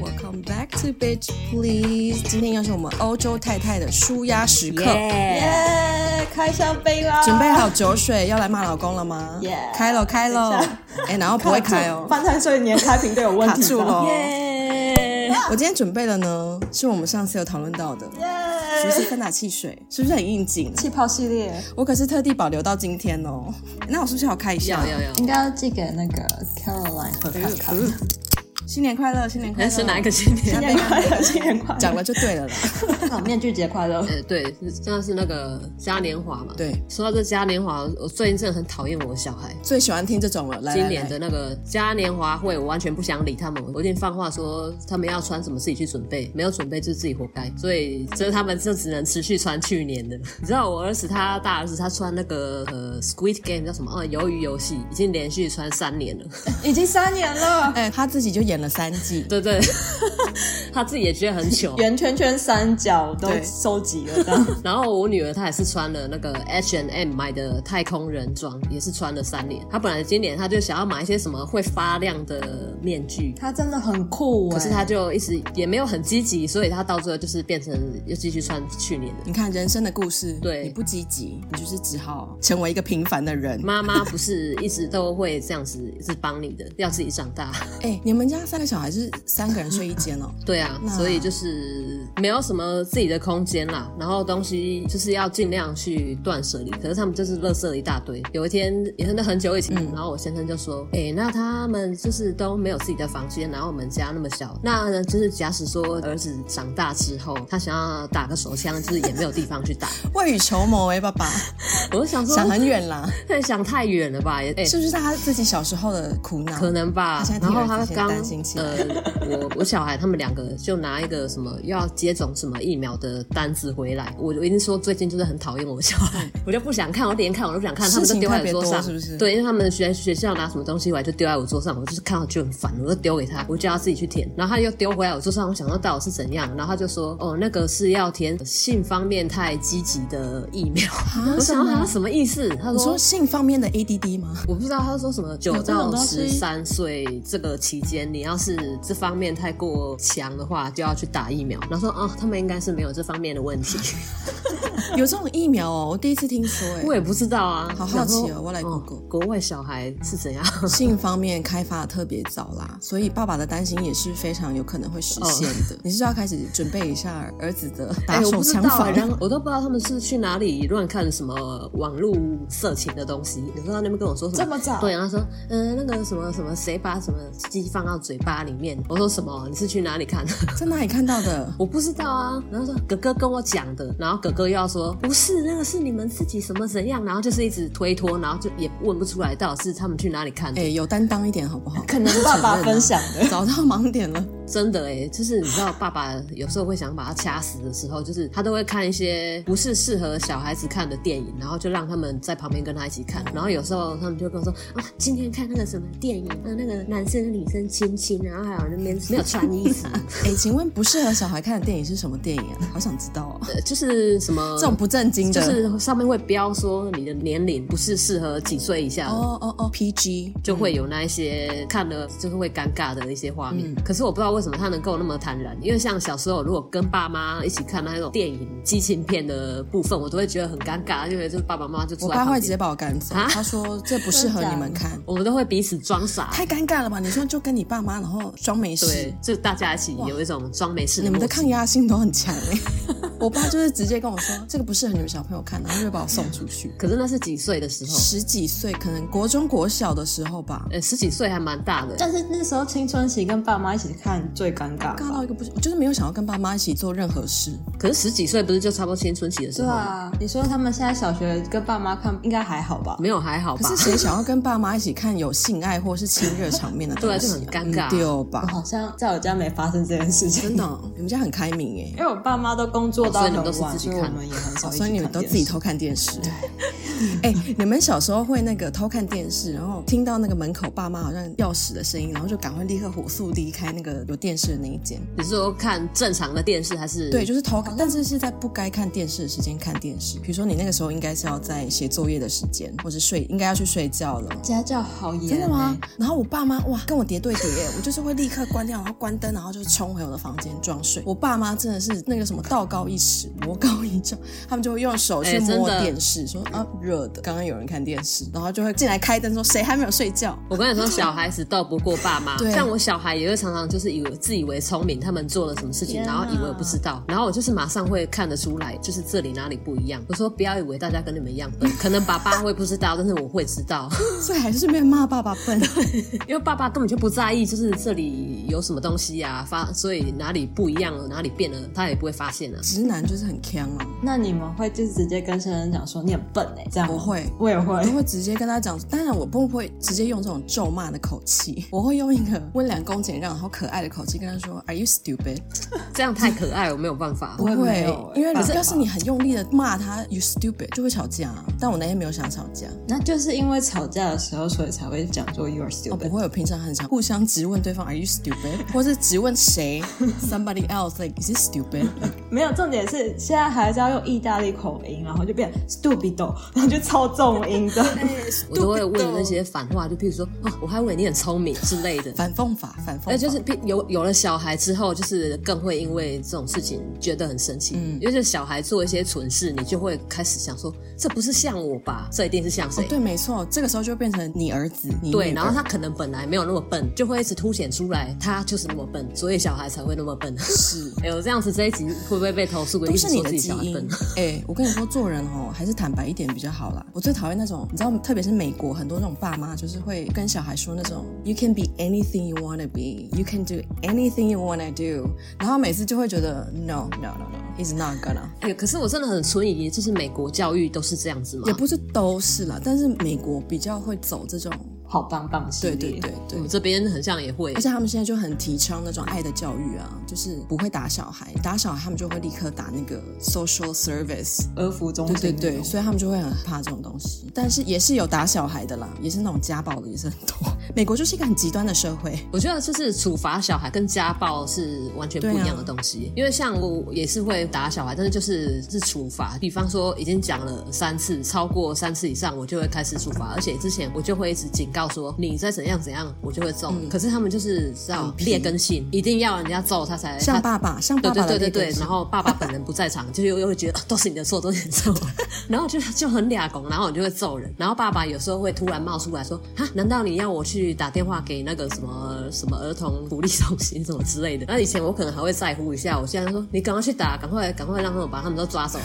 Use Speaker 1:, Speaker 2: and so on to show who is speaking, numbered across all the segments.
Speaker 1: Welcome back to Bitch Please。今天又是我们欧洲太太的舒压时刻
Speaker 2: 哦
Speaker 3: 耶！开香槟啦！
Speaker 1: 准备好酒水要来骂老公了吗
Speaker 3: Yeah
Speaker 1: 开喽开喽！
Speaker 3: 等一
Speaker 1: 哎
Speaker 3: 下、
Speaker 1: 然后不会开哦，
Speaker 3: 犯太岁年开瓶都有问
Speaker 1: 卡
Speaker 3: 题
Speaker 1: 住喽
Speaker 3: 了。！
Speaker 1: 耶！我今天准备的呢，是我们上次有讨论到的，橘
Speaker 3: 耶！
Speaker 1: 是芬达汽水，是不是很应景？
Speaker 3: 气泡系列
Speaker 1: 我可是特地保留到今天哦。那我是不是要开一下？
Speaker 2: 有有有，
Speaker 3: 应该要寄给那个 Caroline 和看看。
Speaker 1: 新年快乐，新年快乐！
Speaker 2: 那是哪一个新
Speaker 3: 新
Speaker 2: 年？
Speaker 3: 年快乐，新年快
Speaker 1: 讲了就对了啦。
Speaker 3: 乐！好面具节快乐！
Speaker 2: 呃，对，是真的是那个嘉年华嘛。
Speaker 1: 对，
Speaker 2: 说到这嘉年华，我最近真的很讨厌我小孩。
Speaker 1: 最喜欢听这种了，来来
Speaker 2: 今
Speaker 1: 来
Speaker 2: 年的那个嘉年华会，我完全不想理他们。我有点放话说，他们要穿什么自己去准备，没有准备就自己活该。所以，这他们就只能持续穿去年的。 你知道我儿子他大儿子他穿那个呃 Squid Game 叫什么？呃，鱿鱼游戏，已经连续穿三年了。
Speaker 3: 已经三年了，
Speaker 1: 哎、他自己就演了三季，
Speaker 2: 对对， 他自己也觉得很糗。啊
Speaker 3: 圆圈圈三角都
Speaker 1: 对
Speaker 3: 收集了，这样
Speaker 2: 然后我女儿她也是穿了那个 H and M 买的太空人装，也是穿了三年。她本来今年她就想要买一些什么会发亮的面具。
Speaker 3: 它真的很酷哎。
Speaker 2: 可是她就一直也没有很积极，所以她到最后就是变成又继续穿去年的。
Speaker 1: 你看人生的故事，
Speaker 2: 对
Speaker 1: 你不积极，你就是只好成为一个平凡的人。
Speaker 2: 妈妈不是一直都会这样子，是帮你的，要自己长大。
Speaker 1: 哎、你们家三个小孩是三个人睡一间 哦？
Speaker 2: 对啊
Speaker 1: 那，
Speaker 2: 所以就是没有什么自己的空间啦，然后东西就是要尽量去断舍离。可是他们就是垃圾一大堆。有一天也是很久以
Speaker 1: 嗯
Speaker 2: 前，然后我先生就说：“哎、那他们就是都没有自己的房间，然后我们家那么小，那呢就是假使说儿子长大之后，他想要打个手枪，就是也没有地方去打。
Speaker 1: 未雨绸缪哎、爸爸
Speaker 2: 我就想说，
Speaker 1: 想很远啦，
Speaker 2: 太想太远了吧？也、哎
Speaker 1: 是不是他自己小时候的苦恼？
Speaker 2: 可能吧
Speaker 1: 他现在。听
Speaker 2: 然
Speaker 1: 了
Speaker 2: 后他
Speaker 1: 之前
Speaker 2: 刚
Speaker 1: 担心起来
Speaker 2: 呃，我我小孩他们两个就拿一个什么要接种什么疫苗的单子回来，我我已经说最近就是很讨厌我小孩，我就不想看，我连看我都不想看，他们
Speaker 1: 嗯事
Speaker 2: 就
Speaker 1: 情
Speaker 2: 丢
Speaker 1: 特
Speaker 2: 在
Speaker 1: 别
Speaker 2: 我
Speaker 1: 多
Speaker 2: 桌上，
Speaker 1: 是不是
Speaker 2: 对，因为他们学学校拿什么东西回来就丢在我桌上，我就是看到就很烦，我就丢给他，我就叫他自己去填，然后他又丢回来我桌上，我想说到底是怎样，然后他就说哦那个是要填性方面太积极的疫苗， 我
Speaker 1: 啊什
Speaker 2: 想
Speaker 1: 么
Speaker 2: 他什么意思？他
Speaker 1: 你说性方面的 ADD 吗？
Speaker 2: 我不知道他说什么九
Speaker 3: 这种
Speaker 2: 到
Speaker 3: 东
Speaker 2: 十
Speaker 3: 西
Speaker 2: 三岁这个期间，你要是这方面太过强的话，就要去打疫苗。然后说啊、他们应该是没有这方面的问题，
Speaker 1: 有这种疫苗哦，我第一次听说哎、
Speaker 2: 我也不知道啊，
Speaker 1: 好好奇哦
Speaker 2: 想说
Speaker 1: 我来
Speaker 2: 哦
Speaker 1: Google
Speaker 2: 国外小孩是怎样？
Speaker 1: 性方面开发得特别早啦，所以爸爸的担心也是非常有可能会实现的。你是不是要开始准备一下儿子的打
Speaker 2: 哦哎我
Speaker 1: 手
Speaker 2: 不知
Speaker 1: 枪
Speaker 2: 道、
Speaker 1: 法？
Speaker 2: 欸，然后我都不知道他们是去哪里乱看什么网络色情的东西。有时候他那边跟我说什么
Speaker 3: 这么早
Speaker 2: 对，然后说嗯、那个什么什么谁把什么鸡放到嘴巴里面，我说什么？你是去哪里看的？
Speaker 1: 在哪里看到的？
Speaker 2: 我不知道啊。然后说哥哥跟我讲的，然后哥哥又要说不是那个是你们自己什么怎样，然后就是一直推脱，然后就也问不出来到底是他们去哪里看的。
Speaker 1: 哎、有担当一点好不好？
Speaker 3: 可能爸爸分享 的，
Speaker 1: 找到盲点了。
Speaker 2: 真的哎、就是你知道爸爸有时候会想把他掐死的时候，就是他都会看一些不是适合小孩子看的电影，然后就让他们在旁边跟他一起看。然后有时候他们就跟我说啊，今天看那个什么电影，啊那个男生跟女生亲亲，然后还有那边没有穿衣服，
Speaker 1: 哎、请问不适合小孩看的电影是什么电影啊？好想知道哦。
Speaker 2: 呃 就是什么
Speaker 1: 这种不正经
Speaker 2: 就
Speaker 1: 的，
Speaker 2: 是上面会标说你的年龄不是适合几岁以下的。
Speaker 1: 哦哦哦，PG
Speaker 2: 就会有那一些看了就是会尴尬的一些画
Speaker 1: 嗯
Speaker 2: 面，可是我不知道为什么他能够那么坦然，因为像小时候如果跟爸妈一起看那种电影激情片的部分，我都会觉得很尴尬，因为就是爸爸妈妈就
Speaker 1: 我
Speaker 2: 坐在
Speaker 1: 爸会
Speaker 2: 旁
Speaker 1: 直接
Speaker 2: 边，
Speaker 1: 把我赶走，
Speaker 2: 啊
Speaker 1: 他说这不适合你们看，
Speaker 2: 我们都会彼此装傻，
Speaker 1: 太尴尬了吧？你说就跟你爸妈，然后装没事
Speaker 2: 对，，就大家一起有一种装没事
Speaker 1: 你
Speaker 2: 的
Speaker 1: 们
Speaker 2: 默
Speaker 1: 的
Speaker 2: 契。
Speaker 1: 抗压性都很强哎。 我爸就是直接跟我说这个不适合你们小朋友看，然后就把我送出去。
Speaker 2: 可是那是几岁的时候？
Speaker 1: 十几岁，可能国中国小的时候吧，
Speaker 2: 呃，十几岁还蛮大的，
Speaker 3: 但是那时候青春期跟爸妈一起看最尴尬
Speaker 1: 尬
Speaker 3: 吧。
Speaker 1: 到一个不行，我就是没有想要跟爸妈一起做任何事。
Speaker 2: 可是十几岁不是就差不多青春期的时
Speaker 3: 对
Speaker 2: 候吗？
Speaker 3: 啊，你说他们现在小学跟爸妈看应该还好吧？
Speaker 2: 没有还好吧
Speaker 1: 可？是谁想要跟爸妈一起看有性爱或是亲热场面的东西、啊？
Speaker 2: 对啊就很尴尬
Speaker 1: 丢
Speaker 3: 我
Speaker 1: 吧。
Speaker 3: 好像在我家没发生这件事情
Speaker 1: 真。的哦、你们家很开明耶。
Speaker 3: 因为我爸妈都工作做
Speaker 2: 看，
Speaker 3: 到
Speaker 2: 哦所以你们都
Speaker 3: 很
Speaker 2: 是
Speaker 3: 晚，
Speaker 2: 自己
Speaker 3: 哦所以我
Speaker 2: 看。
Speaker 3: 们也很少一起
Speaker 1: 所以你们
Speaker 3: 看
Speaker 1: 都
Speaker 3: 电
Speaker 1: 自己
Speaker 3: 视
Speaker 1: 偷看电视。 哎、你们小时候会那个偷看电视，然后听到那个门口爸妈好像钥匙的声音，然后就赶快立刻火速离开那个有电视的那一间。
Speaker 2: 你是说看正常的电视还是？
Speaker 1: 对，就是偷看，嗯但是是在不该看电视的时间看电视。比如说你那个时候应该是要在写作业的时间，或者睡，应该要去睡觉了。
Speaker 3: 家教好严、欸
Speaker 1: 真的吗？？然后我爸妈哇跟我叠对叠， 我就是会立刻关掉，然后关灯，然后就冲回我的房间装睡。我爸妈真的是那个什么道高一尺，魔高一丈， 他们就会用手去
Speaker 2: 哎真
Speaker 1: 摸
Speaker 2: 的
Speaker 1: 电视，说啊热的，刚刚有人看电视，然后就会进来开灯说谁还没有睡觉。
Speaker 2: 我跟你说，小孩子斗不过爸妈
Speaker 1: 对。
Speaker 2: 像我小孩也会常常就是以为自以为聪明，他们做了什么事情，
Speaker 3: 天哪
Speaker 2: 然后以为我不知道，然后我就是马上会看得出来，就是这里哪里不一样。我说不要以为大家跟你们一样笨，可能爸爸会不知道，但是我会知道，
Speaker 1: 所以还是被骂爸爸笨。
Speaker 2: 因为爸爸根本就不在意，就是这里有什么东西呀、发，所以哪里不一样了，哪里变了，他也不会发现啊。
Speaker 1: 直男就是很强 啊，
Speaker 3: 那你们会就是直接跟先生讲说你很笨哎、这样吗
Speaker 1: 我会
Speaker 3: 我也
Speaker 1: 我都
Speaker 3: 会。
Speaker 1: 会直接跟他讲。当然，我不会直接用这种咒骂的口气，我会用一个温良恭俭让，然后可爱的口气跟他说：“Are you stupid？”
Speaker 2: 这样太可爱，我没有办法
Speaker 1: 不。
Speaker 3: 我也没
Speaker 1: 会
Speaker 3: 有，欸
Speaker 1: 因为
Speaker 3: 爸爸
Speaker 1: 要是你很用力的骂他 “you stupid”，就会吵架、啊。但我那天没有想吵架，
Speaker 3: 那就是因为吵架的时候，所以才哦会讲说 you are
Speaker 1: 我哦不
Speaker 3: stupid。
Speaker 1: 会有平常很常互相质问对方 “are you stupid”，或是质问谁 “somebody else” like “is it stupid”。
Speaker 3: 没有，重点是现在还是要用意大利口音，然后就变 stupido，然后就超重音的。
Speaker 2: 我都会问那些反话，就譬如说，哦，我还以为你很聪明之类的。
Speaker 1: 反讽法，反讽法。
Speaker 2: 哎，就是比有有了小孩之后，就是更会因为这种事情觉得很生气，
Speaker 1: 嗯
Speaker 2: 因为这小孩做一些蠢事，你就会开始想说，这不是像我吧？这一定是像
Speaker 1: 哦
Speaker 2: 谁？，
Speaker 1: 对，没错，这个时候就变成你儿子，你女
Speaker 2: 对
Speaker 1: 儿
Speaker 2: 然后他可能本来没有那么笨，就会一直凸显出来，他就是那么笨，所以小孩才会那么笨。
Speaker 1: 是。
Speaker 2: 哎呦，这样子这一集会不会被投诉？
Speaker 1: 都是你
Speaker 2: 一直说
Speaker 1: 的
Speaker 2: 自己
Speaker 1: 基
Speaker 2: 小孩
Speaker 1: 因
Speaker 2: 笨。
Speaker 1: 哎、我跟你说，做人哦，还是坦白一点比较好啦。我最讨厌那种，你知道，特别是美国很多那种爸妈，就是会跟小孩说那种 “You can be anything you wanna be, you can do anything you wanna do”，然后每次就会觉得 “No, no, no, no, it's not gonna”。
Speaker 2: 哎，可是我真的很存疑，就是美国教育都是这样子吗
Speaker 1: 也？不是都是啦，但是美国比较会走这种，
Speaker 3: 好棒棒系
Speaker 1: 对
Speaker 3: 列，
Speaker 1: 对对对
Speaker 2: 我。们这边很像也会
Speaker 1: 而，且他们现在就很提倡那种爱的教育啊，就是不会打小孩，打小孩他们就会立刻打那个 social service，
Speaker 3: 儿福
Speaker 2: 哦
Speaker 3: 中
Speaker 1: 对对
Speaker 3: 心那种
Speaker 1: 对，所以他们就会很怕这种东西。但是也是有打小孩的啦，也是那种家暴的也是 很多。美国就是一个很极端的社会，
Speaker 2: 我觉得就是处罚小孩跟家暴是完全不一
Speaker 1: 啊
Speaker 2: 样的东西，因为像我也是会打小孩，但是就是是处罚，比方说已经讲了三次，超过三次以上，我就会开始处罚，而且之前我就会一直警告说你再怎样怎样，我就会揍你。可是他们就是知道
Speaker 1: 嗯很皮
Speaker 2: 劣根性，一定要人家揍他才
Speaker 1: 像
Speaker 2: 他
Speaker 1: 爸爸，像爸
Speaker 2: 对
Speaker 1: 爸的
Speaker 2: 对对
Speaker 1: 那个
Speaker 2: 对对，然后爸爸本人不在场，就 又又会觉得、啊都是你的错，都是你的错， 然后就就很俩拱，然后我就会揍人，然后爸爸有时候会突然冒出来说，啊，难道你要我去打电话给那个什么什么儿童福利中心什么之类的？那以前我可能还会在乎一下，我现在说你赶快去打，赶快赶快让他们把他们都抓走，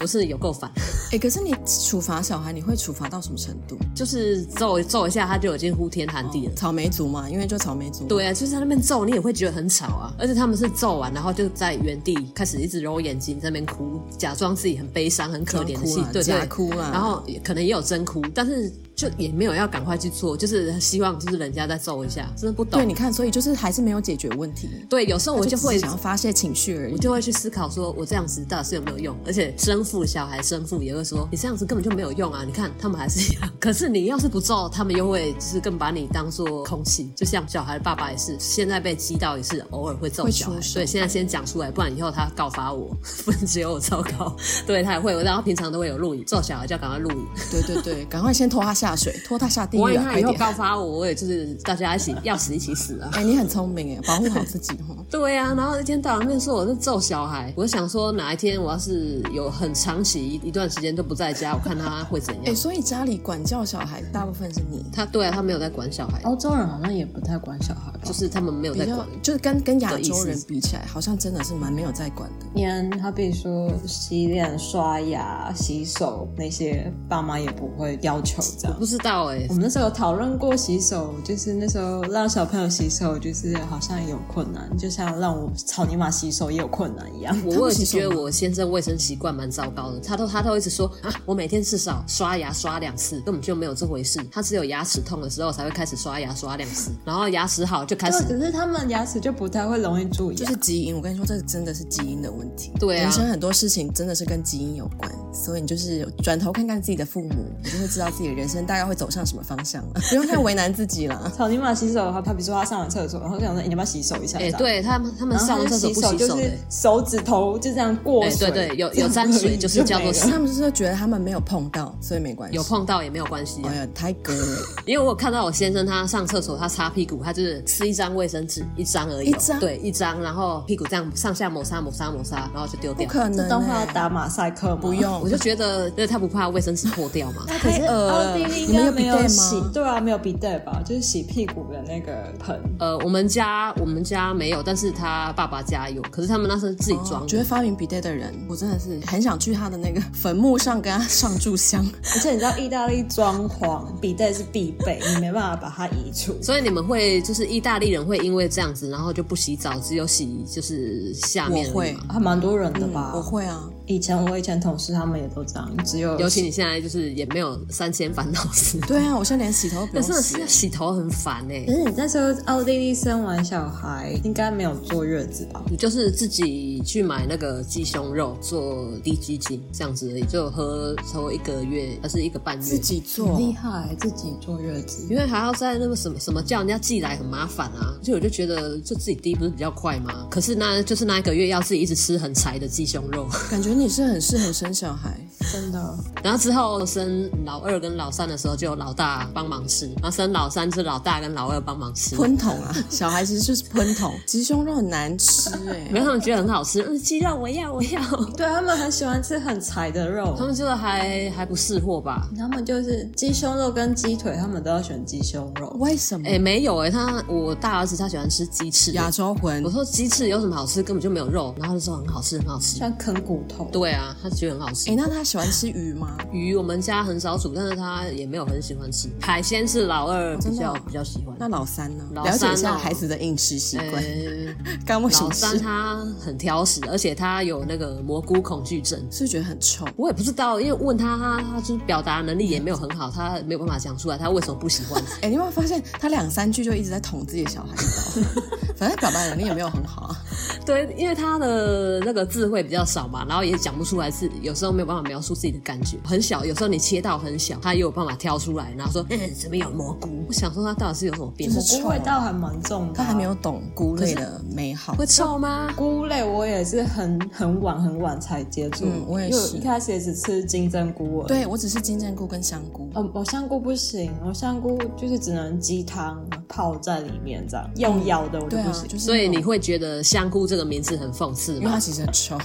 Speaker 2: 我是有够烦，
Speaker 1: 哎、可是你处罚小孩，你会处罚到什么程度？
Speaker 2: 就是揍揍一下他就已经呼天喊地了。
Speaker 1: 草莓族嘛，因为就草莓族。
Speaker 2: 对啊，就是在那边揍你也会觉得很吵啊，而且他们是揍完，然后就在原地开始一直揉眼睛，在那边哭，假装自己很悲伤、很可
Speaker 1: 装
Speaker 2: 怜的
Speaker 1: 哭
Speaker 2: 戏
Speaker 1: 啦，
Speaker 2: 对
Speaker 1: 假
Speaker 2: 对，
Speaker 1: 哭啊啦
Speaker 2: 然后也可能也有真哭，但是就也没有要赶快去做，就是希望就是人家再揍一下，真的不
Speaker 1: 对，
Speaker 2: 懂。
Speaker 1: 你看，所以就是还是没有解决问题。
Speaker 2: 对，有时候我
Speaker 1: 就
Speaker 2: 就
Speaker 1: 只是
Speaker 2: 会
Speaker 1: 想要发泄情绪而已
Speaker 2: 我。就会去思考说，我这样子到底是有没有用？而且生父小孩生父也会说，你这样子根本就没有用啊！你看他们还是一样。 可是你要是不揍，他们又会就是更把你当做空气。就像小孩的爸爸也是，现在被击到也是偶尔会揍
Speaker 1: 会
Speaker 2: 小孩
Speaker 1: 出。手
Speaker 2: 对，现在先讲出来，不然以后他告发我， 不然只有我糟糕。对他也会，然后平常都会有录影，揍小孩就要赶快录影。
Speaker 1: 对对对， 赶快先拖他下水，拖他下地
Speaker 2: 万
Speaker 1: 狱
Speaker 2: 一
Speaker 1: 啊！
Speaker 2: 他
Speaker 1: 快
Speaker 2: 以后
Speaker 1: 点！
Speaker 2: 告发我， 我也就是大家一起要死一起死啊。
Speaker 1: 哎、你很聪明哎，保护好自己哦。
Speaker 2: 对呀、然后一天到晚面说我是揍小孩，我想说哪一天我要是有很长期一一段时间都不在家，我看他会怎
Speaker 1: 哎、
Speaker 2: 样。
Speaker 1: 所以家里管教小孩大部分是你，
Speaker 2: 他对啊，他没有在管小孩，
Speaker 3: 欧洲人好像也不太管小孩吧，就
Speaker 2: 就是是他们没有
Speaker 1: 比
Speaker 2: 在
Speaker 1: 较
Speaker 2: 管。
Speaker 1: 就是跟跟亚
Speaker 2: 的意
Speaker 1: 洲
Speaker 2: 思
Speaker 1: 人比起来，好像真的是蛮没有在管的。
Speaker 3: 连好比说洗脸、刷牙、洗手那些，爸妈也不会要求这样。
Speaker 2: 不知道哎、
Speaker 3: 我们那时候有讨论过洗手，就是那时候让小朋友洗手，就是好像有困难，就像让我草泥马洗手也有困难 一样。
Speaker 2: 我
Speaker 1: 他
Speaker 2: 我
Speaker 1: 不
Speaker 2: 也
Speaker 1: 洗手
Speaker 2: 觉得
Speaker 1: 吗
Speaker 2: 我先生卫生习惯蛮糟糕的，他都他都一直说啊，我每天至少刷牙刷两次，根本就没有这回事。他只有牙齿痛的时候才会开始刷牙刷两 次，然后牙齿好就开
Speaker 3: 对，
Speaker 2: 始。
Speaker 3: 可是他们牙齿就不太会容易蛀牙
Speaker 1: 就。是基因，我跟你说，这真的是基因的问题。
Speaker 2: 对啊
Speaker 1: 人生很多事情真的是跟基因有关，所以你就是转头看看自己的父母，你就会知道自己的人生大概会走向什么方向了， 不用太为难自己 了。
Speaker 3: 草泥马洗手，他他比如说他上完厕所，然后就想说、欸、你要不要洗手一下？
Speaker 2: 哎、
Speaker 3: 这样，
Speaker 2: 对他们他们
Speaker 3: 然后
Speaker 2: 上
Speaker 3: 他
Speaker 2: 完
Speaker 3: 就
Speaker 2: 厕所不
Speaker 3: 手
Speaker 2: 洗
Speaker 3: 就
Speaker 2: 手的、
Speaker 3: 是手指头就这样过
Speaker 2: 哎
Speaker 3: 水，
Speaker 2: 对对有
Speaker 3: 这样
Speaker 2: 有沾水
Speaker 3: 而已
Speaker 2: 就是叫做
Speaker 3: 没了
Speaker 2: 洗
Speaker 1: 然后他们就是觉得他们没有碰到，所以没关系。
Speaker 2: 有，碰到也没有关系、啊
Speaker 1: 哎呀，太割了。
Speaker 2: 因为我有看到我先生他上厕所，他擦屁股，他就是吃一张卫生纸，一张而已哦、
Speaker 1: 一张
Speaker 2: 对，一张，然后屁股这样上下摩擦摩擦摩擦，然后就丢
Speaker 1: 不
Speaker 2: 掉。
Speaker 1: 可能、欸
Speaker 3: 这动画要打马赛克吗？
Speaker 1: 不。用，
Speaker 2: 我就觉得，因为他不怕卫生纸破掉嘛。
Speaker 3: 啊可是
Speaker 1: 太恶
Speaker 3: 奥
Speaker 1: 了
Speaker 3: 地利
Speaker 1: 你
Speaker 3: 应
Speaker 1: 们
Speaker 3: 该
Speaker 1: 有
Speaker 3: 没呃有
Speaker 1: bidet
Speaker 3: 洗
Speaker 1: 吗，
Speaker 3: 对啊，没有 b i 吧？就是洗屁股的那个盆。
Speaker 2: 呃，我们家我们家没有，但是他爸爸家有，可是他们那时候自己
Speaker 1: 哦
Speaker 2: 装的。
Speaker 1: 觉得发明笔袋的人，我真的是很想去他的那个 坟墓上跟他上炷香。
Speaker 3: 而且你知道意大利装潢 b i 是必备，你没办法把它移除。
Speaker 2: 所以你们会就是意大利人会因为这样子，然后就不洗澡，只有洗就是下面
Speaker 1: 我
Speaker 2: 而
Speaker 1: 会
Speaker 2: 已嘛。
Speaker 3: 还蛮多人的吧？
Speaker 1: 我会啊，
Speaker 3: 以前我以前同事他们也都这样，只有
Speaker 2: 尤其你现在就是也没有三千烦恼事，
Speaker 1: 对啊，我现在连洗头都不
Speaker 2: 但
Speaker 1: 用
Speaker 2: 真的
Speaker 1: 洗
Speaker 2: 是。洗头很烦哎、
Speaker 3: 可是你那时候奥地利生完小孩，应该没有坐月子吧？
Speaker 2: 你就是自己去买那个鸡胸肉做低基精这样子而已，就喝抽一个月还是一个半月，
Speaker 1: 自己做，
Speaker 3: 害，自己坐月子。
Speaker 2: 因为还要在那个什么什么叫人家寄来很麻烦啊，所以我就觉得就自己滴不是比较快吗？可是那就是那一个月要自己一直吃很柴的鸡胸肉，
Speaker 1: 感觉你是很适合生小 孩。
Speaker 3: 真的，
Speaker 2: 然后之后生老二跟老三的时候就有老大帮忙吃，然后生老三是老大跟老二帮 忙吃。
Speaker 1: 喷筒啊，小孩其实就是喷筒， 鸡胸肉很难吃哎、
Speaker 2: 没有，他们觉得很好吃，嗯，鸡肉我要我要，
Speaker 3: 对他们很喜欢吃很柴的肉
Speaker 2: 他，们觉得还还不识货吧？
Speaker 3: 他们就是鸡胸肉跟鸡腿，他们都要选鸡胸肉。
Speaker 1: 为什么
Speaker 2: 哎、？没有哎、他我大儿子他喜欢吃鸡翅，
Speaker 1: 亚洲魂
Speaker 2: 我，说鸡翅有什么好吃，根本就没有肉，然后他就说很好吃很好吃，
Speaker 3: 像啃骨头，
Speaker 2: 对啊，他觉得很好吃
Speaker 1: 哎、。那他喜欢吃鱼吗？
Speaker 2: 鱼我们家很少煮，但是他也没有很喜欢吃。海鲜是老二比
Speaker 1: 真的
Speaker 2: 较、
Speaker 1: 哦
Speaker 2: 比较喜欢。
Speaker 1: 那老三哦呢？
Speaker 2: 老
Speaker 1: 了
Speaker 2: 三
Speaker 1: 解一下
Speaker 2: 哦
Speaker 1: 孩子的饮食习惯，
Speaker 2: 呃
Speaker 1: 干为什
Speaker 2: 老
Speaker 1: 么
Speaker 2: 三
Speaker 1: 事？
Speaker 2: 他很挑食，而且他有那个蘑菇恐惧症。
Speaker 1: 是觉得很臭，
Speaker 2: 我也不知道，因为问他，他他就是表达能力也没有很好，他没有办法讲出来他为什么不喜欢。
Speaker 1: 哎、你有没有发现他两三句就一直在捅自己的小孩一 刀？反正表达能力也没有很好啊。
Speaker 2: 对，因为他的那个智慧比较少嘛，然后也讲不出来是有时候没有办法描述自己的感觉，很小，有时候你切到很小，他也有办法挑出来，然后说，嗯，怎么有蘑菇？我想说他到底是有什么病？
Speaker 1: 就是
Speaker 3: 蘑菇味道还蛮重的啊。
Speaker 1: 他还没有懂菇类的美好
Speaker 2: 会。臭吗？
Speaker 3: 菇类，我也是很很晚很晚才接触，
Speaker 1: 嗯我也是
Speaker 3: 因为一开始也只吃金针菇而已。
Speaker 1: 对我只是金针菇跟香菇，
Speaker 3: 哦，我香菇不行，我香菇就是只能鸡汤泡在里面这样，用咬的我就
Speaker 1: 对
Speaker 3: 不
Speaker 1: 啊，
Speaker 3: 行。
Speaker 1: 就是
Speaker 2: 所以
Speaker 1: 那种
Speaker 2: 你会觉得香菇这个名字很讽刺
Speaker 1: 因为它
Speaker 2: 吗？
Speaker 1: 其实很臭。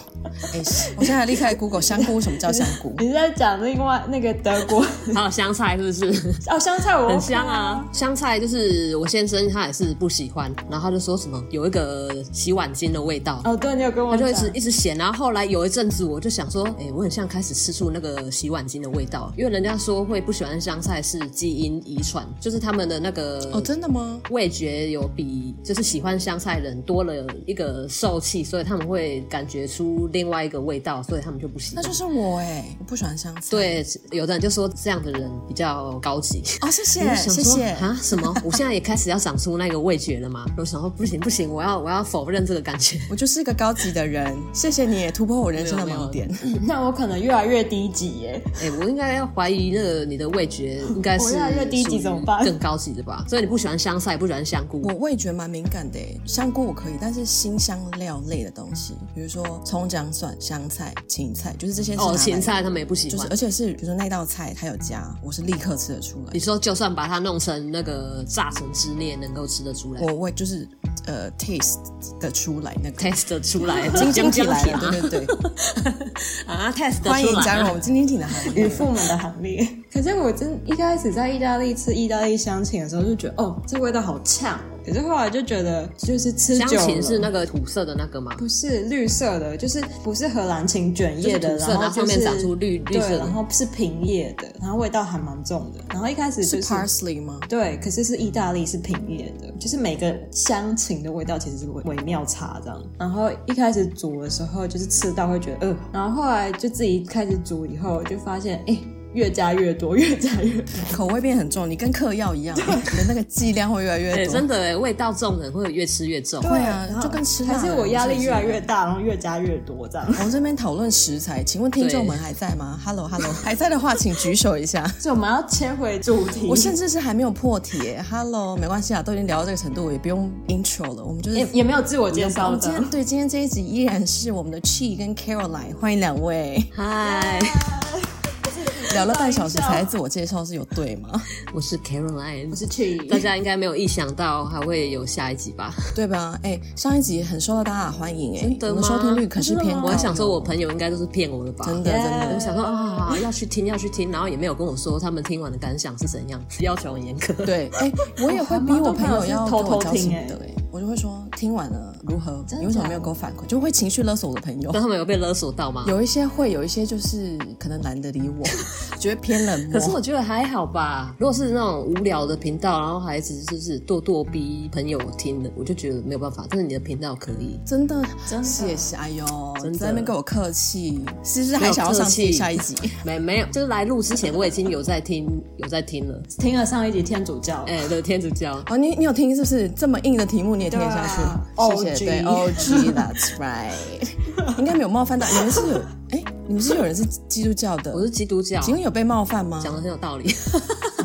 Speaker 1: 哎、我现在立刻来 Google 香菇为什么叫香菇？
Speaker 3: 你是在讲另外那个德国
Speaker 2: 还有香菜是不 是？
Speaker 3: 哦香菜我 OK，
Speaker 2: 很香啊，香菜就是我先生他也是不喜欢，然后他就说什么有一个洗碗巾的味道。
Speaker 3: 哦对，你有跟我
Speaker 2: 他就
Speaker 3: 讲
Speaker 2: 一直一直嫌，然后后来有一阵子，我就想说，哎、我很像开始吃出那个洗碗巾的味道，因为人家说会不喜欢香菜是基因遗传，就是他们的那个
Speaker 1: 哦，真的吗？
Speaker 2: 味觉有比就是喜欢香菜人多了一个受气，所以他们会感觉出另外一个味道，所以他们就不喜
Speaker 1: 那
Speaker 2: 欢
Speaker 1: 就。是我哎、我不喜欢香菜。
Speaker 2: 对，有的人就说这样的人比较高级。
Speaker 1: 哦，谢
Speaker 2: 我
Speaker 1: 谢
Speaker 2: 就想
Speaker 1: 谢
Speaker 2: 说
Speaker 1: 谢。
Speaker 2: 啊，什么？我现在也开始要长出那个味觉了吗？我想说不行不行，我要我要否认这个感觉。
Speaker 1: 我就是一个高级的人，谢谢你也突破我人生的盲点。
Speaker 3: 那我可能越来越低级耶，
Speaker 2: 哎、我应该要怀疑那个你的味觉应该
Speaker 3: 我
Speaker 2: 是
Speaker 3: 越来越低级
Speaker 2: 属于
Speaker 3: 怎么办
Speaker 2: 更高级的吧？所以你不喜欢香菜，不喜欢香菇
Speaker 1: 我，味觉蛮敏感的诶，香菇我可以，但是新香料类的东西，比如说葱、姜、蒜、香菜、芹菜，就是这些是拿
Speaker 2: 哦，
Speaker 1: 来
Speaker 2: 芹，菜他们也不喜
Speaker 1: 就
Speaker 2: 欢。
Speaker 1: 是而且是比如说那道菜它有加，我是立刻吃得出来
Speaker 2: 你。说就算把它弄成那个炸成汁，你也能够吃得出来
Speaker 1: 我味就是呃 taste 的出来那 个。
Speaker 2: ，test 得出来，
Speaker 1: 晶晶体
Speaker 2: 江
Speaker 1: 来
Speaker 2: 甜
Speaker 1: 了，对对对，
Speaker 2: 啊，test 得
Speaker 1: 欢迎
Speaker 2: 出来
Speaker 1: 加入
Speaker 2: 啊。
Speaker 1: 我们晶晶体的行
Speaker 3: 与
Speaker 1: 列。
Speaker 3: 父母的行 列。可是我真一开始在意大利吃意大利香芹的时候，就觉得哦，这味道好呛哦。可是后来就觉得，就是吃
Speaker 2: 香
Speaker 3: 久
Speaker 2: 芹
Speaker 3: 了，
Speaker 2: 是那个土色的那个吗？
Speaker 3: 不是绿色的，就是不是荷兰芹卷叶的，
Speaker 2: 就是土色
Speaker 3: 然后
Speaker 2: 它上面
Speaker 3: 就是
Speaker 2: 长出绿绿色的
Speaker 3: 对，然后是平叶的，然后味道还蛮重的。然后一开始就是是
Speaker 1: parsley 吗？
Speaker 3: 对，可是是意大利是平叶的，就是每个香芹的味道其实是微微妙差这样。然后一开始煮的时候就是吃到会觉得呃，然后后来就自己开始煮以后就发现哎。越加越多，越加越多。
Speaker 1: 口味变很重，你跟嗑药一样，你的那个剂量会越来越
Speaker 2: 哎、
Speaker 1: 多。
Speaker 2: 真的哎，味道重的会越吃越重。
Speaker 1: 会啊
Speaker 3: 然后
Speaker 1: 就跟吃
Speaker 3: 还
Speaker 1: 辣
Speaker 3: 是
Speaker 1: 的
Speaker 3: 我压
Speaker 1: 是
Speaker 3: 力
Speaker 1: 不是
Speaker 3: 越来越大，然后越加越多这样。
Speaker 1: 我们这边讨论食材，请问听众们还在吗？Hello Hello，还在的话请举手一 下。
Speaker 3: 所以我们要切回主题。
Speaker 1: 我甚至是还没有破题耶，Hello，没关系啊，都已经聊到这个程度，我也不用 intro 了，我们就是
Speaker 2: 哎
Speaker 3: 也也没有自我介
Speaker 1: 我
Speaker 3: 绍
Speaker 1: 们今天
Speaker 3: 的。
Speaker 1: 对今天这一集依然是我们的 Chi 跟 Caroline，欢迎两 位。
Speaker 2: 嗨，
Speaker 1: 聊了半小时才自我介绍是有对吗？
Speaker 2: 我是 Caroline，
Speaker 3: 我是 Chi，
Speaker 2: 大家应该没有意想到还会有下一集吧？
Speaker 1: 对吧？哎、上一集很受到大家的欢迎哎、
Speaker 2: 真的
Speaker 1: 我们
Speaker 2: 吗
Speaker 1: 收听率可是偏高。
Speaker 2: 我还想说，我朋友应该都是骗我的吧？
Speaker 1: 真的真的
Speaker 2: 我想说啊，要去听要去听，然后也没有跟我说他们听完的感想是怎样，要求很严格。
Speaker 1: 对，哎、我也会逼我朋友要跟
Speaker 3: 偷偷
Speaker 1: 我交
Speaker 3: 听
Speaker 1: 心
Speaker 3: 哎
Speaker 1: 得哎、我就会说听完了如何？
Speaker 3: 真的
Speaker 1: 你为什么没有给我反馈？就会情绪勒索我的朋友
Speaker 2: 但。他们有被勒索到吗？
Speaker 1: 有一些会，有一些就是可能懒得理我，觉得偏冷漠。
Speaker 2: 可是我觉得还好吧。如果是那种无聊的频道，然后还只是就是咄咄逼朋友听的，我就觉得没有办法。但是你的频道可以，
Speaker 1: 真的，
Speaker 3: 真的
Speaker 1: 谢谢，哎呦，
Speaker 2: 真的
Speaker 1: 你在那边跟我客气，是不是
Speaker 2: 没
Speaker 1: 还
Speaker 2: 有
Speaker 1: 想要上
Speaker 2: 客气
Speaker 1: 去下一集？
Speaker 2: 没没有，就是来录之前我已经有在听有在听了。
Speaker 3: 听了上一集天 主教，
Speaker 2: 哎、对，天主教。
Speaker 1: 哦，你你有听是不是？这么硬的题目你也听得下去？
Speaker 3: 对
Speaker 1: 谢
Speaker 3: 啊
Speaker 1: 谢，对
Speaker 3: OG
Speaker 1: ，OG，That's right，应该没有冒犯到你们是有，哎，你们是有人是基督教的
Speaker 2: 我，是基督教，
Speaker 1: 请问有被冒犯吗？
Speaker 2: 讲的很有道理。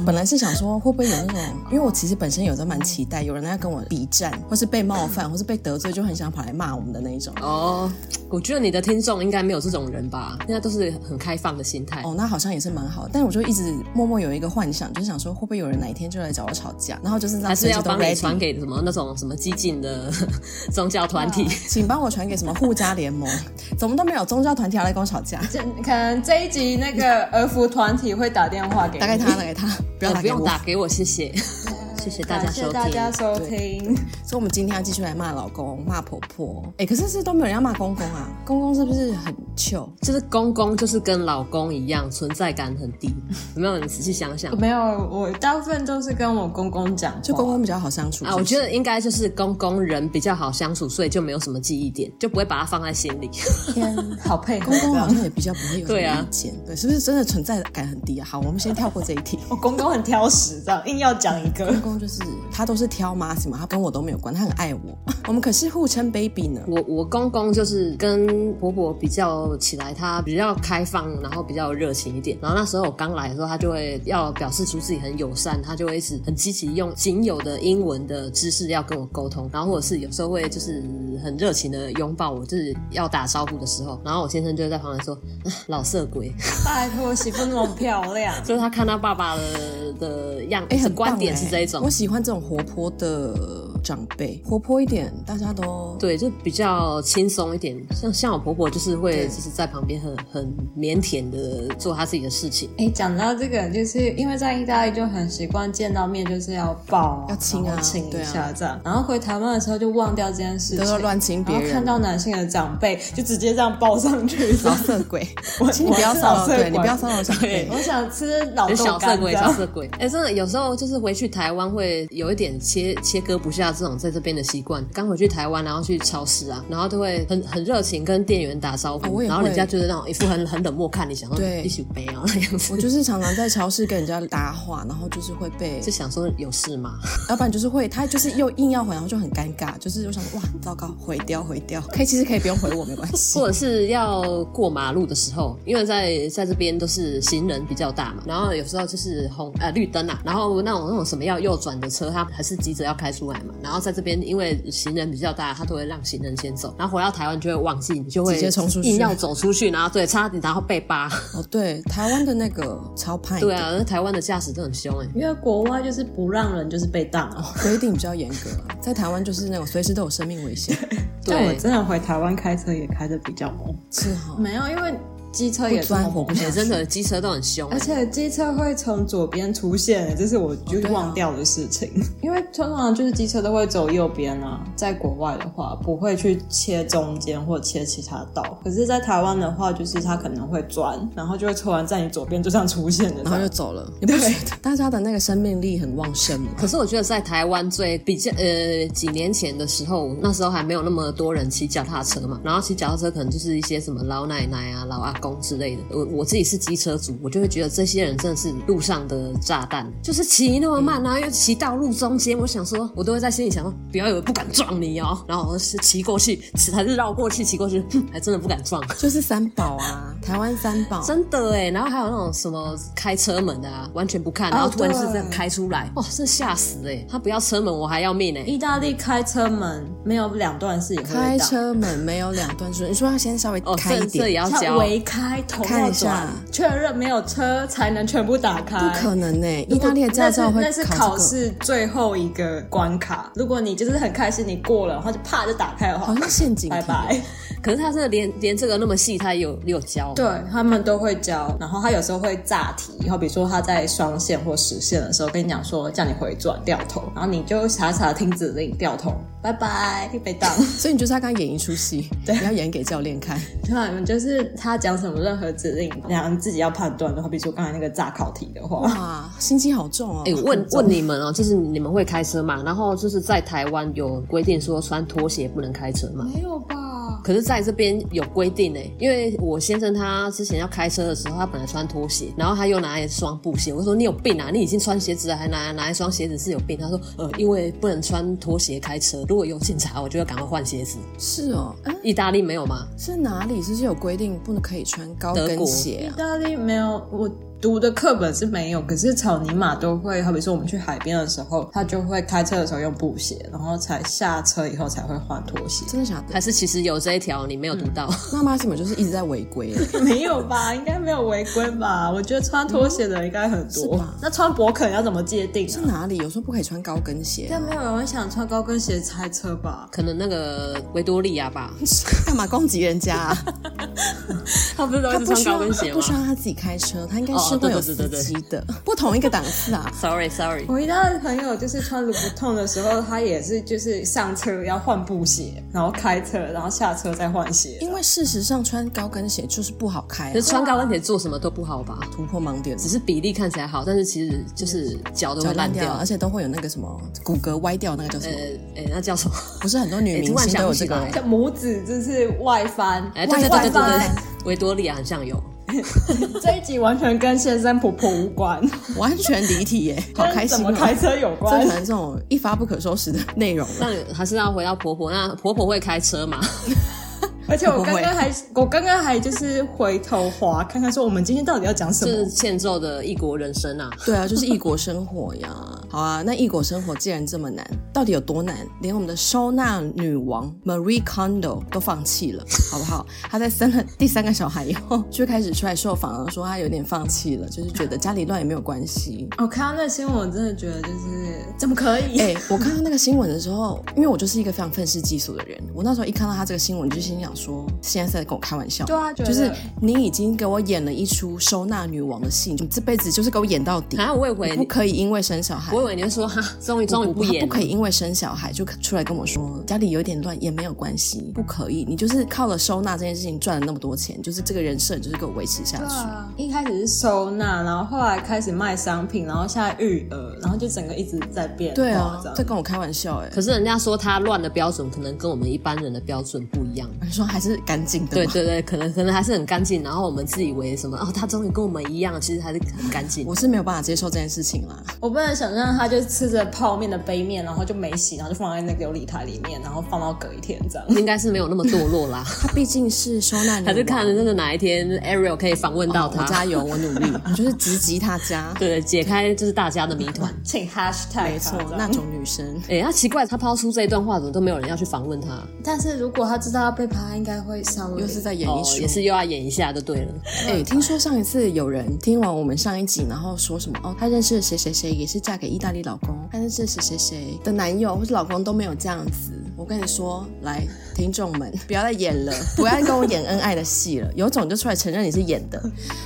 Speaker 1: 本来是想说会不会有那种，因为我其实本身有时候蛮期待有人来跟我比战，或是被冒犯，或是被得罪，就很想跑来骂我们的那一种。
Speaker 2: 哦，我觉得你的听众应该没有这种人吧？应该都是很开放的心态。
Speaker 1: 哦，那好像也是蛮好的，但我就一直默默有一个幻想，就是想说会不会有人哪一天就来找我吵架，然后啊就是让
Speaker 2: 还是
Speaker 1: 随
Speaker 2: 要
Speaker 1: 时都
Speaker 2: 帮你传
Speaker 1: ready，
Speaker 2: 给什么那种什么激进的 宗教团体？
Speaker 1: 请帮我传给什么护家联盟，怎么都没有宗教团体要来跟我吵架，
Speaker 3: 这可能这一集那个儿服团体会打电话给你
Speaker 1: 打给他，打给他， 不要
Speaker 2: 哎
Speaker 1: 打
Speaker 2: 不
Speaker 1: 给
Speaker 2: 用
Speaker 1: 我。
Speaker 2: 打给我，谢谢， 谢谢大家
Speaker 3: 感谢
Speaker 2: 收
Speaker 3: 大家
Speaker 2: 听。
Speaker 3: 收听。
Speaker 1: 所以我们今天要继续来骂老公、骂婆婆，哎，可是是都没有人要骂公公啊，公公是不是很糗？
Speaker 2: 就是公公就是跟老公一样，存在感很低，有没有？你仔细想想
Speaker 3: 没有，我大部分都是跟我公公讲，
Speaker 1: 就公公比较好相处
Speaker 2: 啊，我觉
Speaker 1: 得。
Speaker 2: 得应该就是公公人比较好相处，所以就没有什么记忆点，就不会把它放在心里。
Speaker 3: 天好配合。
Speaker 1: 公公好像也比较不会有什么
Speaker 2: 对啊
Speaker 1: 意见，对，是不是真的存在感很低啊？好，我们先跳过这一 题。
Speaker 3: 我公公很挑食，这样硬要讲一个
Speaker 1: 公。公就是他都是挑妈什么，他跟我都没有关，他很爱我， 我们可是互称 baby 呢。
Speaker 2: 我我公公就是跟婆婆比较起来，他比较开放，然后比较热情一点。然后那时候我刚来的时候，他就会要表示出自己很友善，他就会一直很积极用仅有的英文的知识要跟我沟通，然后或者是有时候会就是很热情的拥抱我，就是要打招呼的时候，然后我先生就会在旁边说：“啊老色鬼。
Speaker 3: 拜托，媳妇那么漂亮”，
Speaker 2: 就是他看到爸爸的的样，
Speaker 1: 哎、很棒
Speaker 2: 观点
Speaker 1: 哎
Speaker 2: 是这一种
Speaker 1: 我。喜欢这种活泼的长辈，活泼一点，大家都
Speaker 2: 对，就比较轻松一点。像像我婆婆就是会，就是在旁边很很腼腆的做她自己的事情。
Speaker 3: 哎，讲到这个，就是因为在意大利就很习惯见到面就是要抱、
Speaker 1: 要亲啊
Speaker 3: 然后亲
Speaker 1: 对
Speaker 3: 一
Speaker 1: 啊
Speaker 3: 下这样。然后回台湾的时候就忘掉这件事
Speaker 1: 都
Speaker 3: 情，
Speaker 1: 要乱亲别
Speaker 3: 然后看
Speaker 1: 人。
Speaker 3: 到男性的长辈就直接这样抱上去。
Speaker 1: 老色 鬼，
Speaker 3: 我
Speaker 1: 请你不要骚扰，对你不要骚
Speaker 3: 扰。
Speaker 1: 扰长辈
Speaker 2: 对。
Speaker 3: 我想吃老豆
Speaker 2: 小
Speaker 3: 干
Speaker 2: 色
Speaker 3: 这
Speaker 2: 鬼，小
Speaker 3: 样。
Speaker 2: 色鬼。哎、真的有时候就是回去台湾会有一点切切割不下这种在这边的习惯。刚回去台湾，然后去超市啊，然后都会很很热情跟店员打招
Speaker 1: 哦
Speaker 2: 呼，
Speaker 1: 我也
Speaker 2: 然后人
Speaker 1: 会
Speaker 2: 家就是那种一副很很冷漠看你，想说
Speaker 1: 对
Speaker 2: 一起背啊那样
Speaker 1: 我
Speaker 2: 子。
Speaker 1: 就是常常在超市跟人家搭话，然后就是会被
Speaker 2: 就想说有事吗？
Speaker 1: 老板就是会，他就是又硬要回，然后就很尴尬，就是我想说哇，糟糕，毁掉毁掉，可以其实可以不用回我，没关系
Speaker 2: 或。者是要过马路的时候，因为在在这边都是行人比较大嘛，然后有时候就是红呃绿灯啊，然后那种那种什么要右转的车，它还是急着要开出来嘛，然后在这边因为行人比较大，它都会让行人先走，然后回到台湾就会忘记，你就会
Speaker 1: 直接冲出去
Speaker 2: 硬要走出去，然后对，差点然后被扒，
Speaker 1: 哦，对，台湾的那个超派，
Speaker 2: 对啊，那台湾的驾驶都很凶哎、
Speaker 3: 因为国外就是不让人就是被当哦。
Speaker 1: 规定比较严格啊，在台湾就是那种随时都有生命危险，
Speaker 3: 但我
Speaker 2: 对。
Speaker 3: 真的回台湾开车也开的比较猛。
Speaker 1: 是哈。
Speaker 3: 没有，因为机车
Speaker 1: 不
Speaker 3: 也
Speaker 1: 钻活不下
Speaker 2: 哎
Speaker 1: 去，
Speaker 2: 真的机车都很凶、欸
Speaker 3: 而且机车会从左边出现，这是我就是
Speaker 1: 对啊啊
Speaker 3: 忘掉的事情。因为通常就是机车都会走右边啊，在国外的话不会去切中间或切其他道，可是，在台湾的话，就是它可能会转，然后就会突然在你左边就这样出现的这
Speaker 1: 然后
Speaker 3: 样。
Speaker 1: 就走了。你不觉得大家的那个生命力很旺盛吗？
Speaker 2: 可是我觉得在台湾最比较呃几年前的时候，那时候还没有那么多人骑脚踏车嘛，然后骑脚踏车可能就是一些什么老奶奶啊、老阿公之类的。我我自己是机车族，我就会觉得这些人真的是路上的炸弹，就是骑那么慢，然后又骑道路中间。我想说，我都会在心里想说，不要以为不敢撞你哦，然后我是骑过去，骑还是绕过去骑过去，哼还真的不敢撞。
Speaker 1: 就是三宝啊，台湾三宝。
Speaker 2: 真的哎，然后还有那种什么开车门的啊，完全不
Speaker 1: 哦
Speaker 2: 看，然后突然是这样开出来，哇、真吓死哎！他不要车门，我还要命哎。
Speaker 3: 意大利开车门没有两段是也会
Speaker 1: 开
Speaker 3: 到，
Speaker 1: 车门没有两段顺，你说要先稍微
Speaker 2: 哦，
Speaker 1: 开
Speaker 2: 这
Speaker 1: 一
Speaker 2: 这也
Speaker 1: 点，
Speaker 2: 要
Speaker 3: 它
Speaker 2: 教。
Speaker 3: 围开头
Speaker 1: 看
Speaker 3: 要
Speaker 1: 一下
Speaker 3: 转，确认没有车才能全部打开。
Speaker 1: 不可能呢、意大利的驾照会
Speaker 3: 那是那是
Speaker 1: 考
Speaker 3: 考
Speaker 1: 这个。
Speaker 3: 试最后一个关卡。如果你就是很开心，你过了，然后就啪就打开的话
Speaker 1: 好，像哦陷阱题，
Speaker 3: 拜拜。
Speaker 2: 可是他真的连连这个那么细，他也有也有教。
Speaker 3: 对他们都会教，然后他有时候会炸题，然后比如说他在双线或实线的时候跟你讲说叫你回转掉头，然后你就傻傻地听指令掉头，拜拜，被 当。
Speaker 1: 所以你就是要刚演一出戏，你要演给教练看。
Speaker 3: 对，你们就是他讲什么任何指令，然后你自己要判断的话，比如说刚才那个炸考题的话，
Speaker 1: 哇，心机好重哦！
Speaker 2: 哎、问问你们哦，就是你们会开车嘛？然后就是在台湾有规定说穿拖鞋不能开车嘛？
Speaker 3: 没有吧？
Speaker 2: 可是在这边有规定哎，因为我先生他之前要开车的时候，他本来穿拖鞋，然后他又拿一双布鞋。我说你有病啊，你已经穿鞋子了，还拿拿一双鞋子是有病。他说呃，因为不能穿拖鞋开车，如果有警察，我就要赶快换鞋子。
Speaker 1: 是哦，嗯、
Speaker 2: 意大利没有吗？
Speaker 1: 是哪里？是不是有规定不能可以穿高
Speaker 2: 德
Speaker 1: 跟
Speaker 2: 国
Speaker 1: 鞋
Speaker 3: 意
Speaker 1: 啊？
Speaker 3: 大利没有，我读的课本是没有，可是草泥马都会，好比说我们去海边的时候，他就会开车的时候用布鞋，然后才下车以后才会换拖鞋。
Speaker 1: 真的假的？
Speaker 2: 还是其实有这一条你没有读到？
Speaker 1: 那妈什么就是一直在违 规欸，
Speaker 3: 没有吧？应该没有违规吧？我觉得穿拖鞋的应该很
Speaker 1: 是
Speaker 3: 多
Speaker 1: 吧。
Speaker 3: 那穿勃肯要怎么界定
Speaker 1: 是
Speaker 3: 啊？
Speaker 1: 哪里？有说不可以穿高跟鞋
Speaker 3: 应
Speaker 1: 啊、
Speaker 3: 该没有人会想穿高跟鞋开车吧？
Speaker 2: 可能那个维多利亚吧，
Speaker 1: 干嘛攻击人家、啊？
Speaker 2: 他不是都
Speaker 1: 他
Speaker 2: 一直
Speaker 1: 不
Speaker 2: 穿
Speaker 1: 需
Speaker 2: 高
Speaker 1: 要，
Speaker 2: 跟鞋
Speaker 1: 他不
Speaker 2: 吗
Speaker 1: 需要他自己开车，他应该是
Speaker 2: 哦
Speaker 1: 会
Speaker 2: 对
Speaker 1: 有司
Speaker 2: 对对对
Speaker 1: 机的，不同一个档次啊。
Speaker 2: ？Sorry Sorry，
Speaker 3: 我一大朋友就是穿卢布痛的时候，他也是就是上车要换布鞋，然后开车，然后下车再换鞋。
Speaker 1: 因为事实上穿高跟鞋就是不好开、啊
Speaker 2: 可是，穿高跟鞋做什么都不好吧？
Speaker 1: 突破盲点，
Speaker 2: 只是比例看起来好，但是其实就是脚都
Speaker 1: 脚
Speaker 2: 会
Speaker 1: 烂
Speaker 2: 烂
Speaker 1: 掉，啊
Speaker 2: 掉
Speaker 1: 而。且都会有那个什么骨骼歪掉，那个叫什
Speaker 2: 呃
Speaker 1: 么？
Speaker 2: 呃，那叫什么？
Speaker 1: 不是很多女
Speaker 2: 哎
Speaker 1: 明
Speaker 2: 突然
Speaker 1: 星
Speaker 2: 想
Speaker 1: 都有
Speaker 2: 不起
Speaker 1: 这个
Speaker 2: 来
Speaker 3: 像拇指就是外翻，
Speaker 2: 哎，对
Speaker 3: 外
Speaker 2: 对对对对
Speaker 3: 翻。
Speaker 2: 对，维多利亚很像有。
Speaker 3: 这一集完全跟先生婆婆无关，
Speaker 1: 完全离题耶，好开
Speaker 3: 跟怎
Speaker 1: 心
Speaker 3: 么开
Speaker 1: 哦！
Speaker 3: 车有
Speaker 1: 这
Speaker 3: 关
Speaker 1: 可。能这种一发不可收拾的内容了。
Speaker 2: 那还是要回到婆婆，那婆婆会开车嘛？
Speaker 3: 而且我刚
Speaker 1: 不
Speaker 3: 刚
Speaker 1: 会
Speaker 3: 还，我刚刚还就是回头滑看看，说我们今天到底要讲什
Speaker 2: 这
Speaker 3: 么
Speaker 2: 是。欠揍的异国人生啊！
Speaker 1: 对啊，就是异国生活呀。 好啊，那异国生活既然这么难，到底有多难？连我们的收纳女王 Marie Kondo 都放弃了， 好不好？她在生了第三个小孩以后，就开始出来受访了，说她有点放弃了，就是觉得家里乱也没有关 系。
Speaker 3: 我看到那新闻，我真的觉得就是怎么可以？
Speaker 1: 哎、我看到那个新闻的时候，因为我就是一个非常愤世嫉俗的人，我那时候一看到他这个新闻，就心想说，现在是在跟我开玩笑吗，
Speaker 3: 对啊觉
Speaker 1: 就
Speaker 3: 得
Speaker 1: 是你已经给我演了一出收纳女王的戏，你这辈子就是给我演到底，
Speaker 2: 啊，我以为
Speaker 1: 你不可以因为生小
Speaker 3: 啊
Speaker 1: 孩
Speaker 2: 我以。为你会说哈，终于终于
Speaker 1: 不
Speaker 2: 不演
Speaker 1: 不
Speaker 2: 了
Speaker 1: 可以，因为生小孩就出来跟我说家里有点乱也没有关系，不可以。你就是靠了收纳这件事情赚了那么多钱，就是这个人设就是给我维持下去。
Speaker 3: 啊一开始是收纳，然后后来开始卖商品，然后现在育儿，然后就整个一直在变化。
Speaker 1: 对啊
Speaker 3: 这，样
Speaker 1: 在跟我开玩笑哎、
Speaker 2: 可是人家说她乱的标准，可能跟我们一般人的标准不一样。
Speaker 1: 你说还是干净的
Speaker 2: 对
Speaker 1: 吗
Speaker 2: 对对，可能可能还是很干净，然后我们自以为什么哦，她终于跟我们一样，其实还是很干净。
Speaker 1: 我是没有办法接受这件事情啦。
Speaker 3: 我不能想象他就吃着泡面的杯面，然后就没洗，然后就放在那个琉璃台里面，然后放到隔一天这样。
Speaker 2: 应该是没有那么堕 落啦，
Speaker 1: 她毕竟是收纳女王，
Speaker 2: 还是看那个哪一天 Ariel 可以访问到
Speaker 1: 哦我
Speaker 2: 她。
Speaker 1: 加油，我努 力，我就是直击她家，
Speaker 2: 对，解开就是大家的谜 团。
Speaker 3: 请 hashtag
Speaker 1: 没错
Speaker 3: 他这，样
Speaker 1: 那种女生。
Speaker 2: 哎、那奇怪，她抛出这一段话，怎么都没有人要去访问她？
Speaker 3: 但是如果他知道要被拍，应该会稍微
Speaker 1: 又是在演
Speaker 2: 哦
Speaker 1: 艺，术、
Speaker 2: 也是又要演一下就对了。
Speaker 1: 哎、听说上一次有人听完我们上一集，然后说什么哦，她认识的谁谁谁也是嫁给意大利老公，她认识的谁谁谁的男友或是老公都没有这样子，我跟你说，来，听众们，不要再演了，不要再跟我演恩爱的戏了，有种你就出来承认你是演的。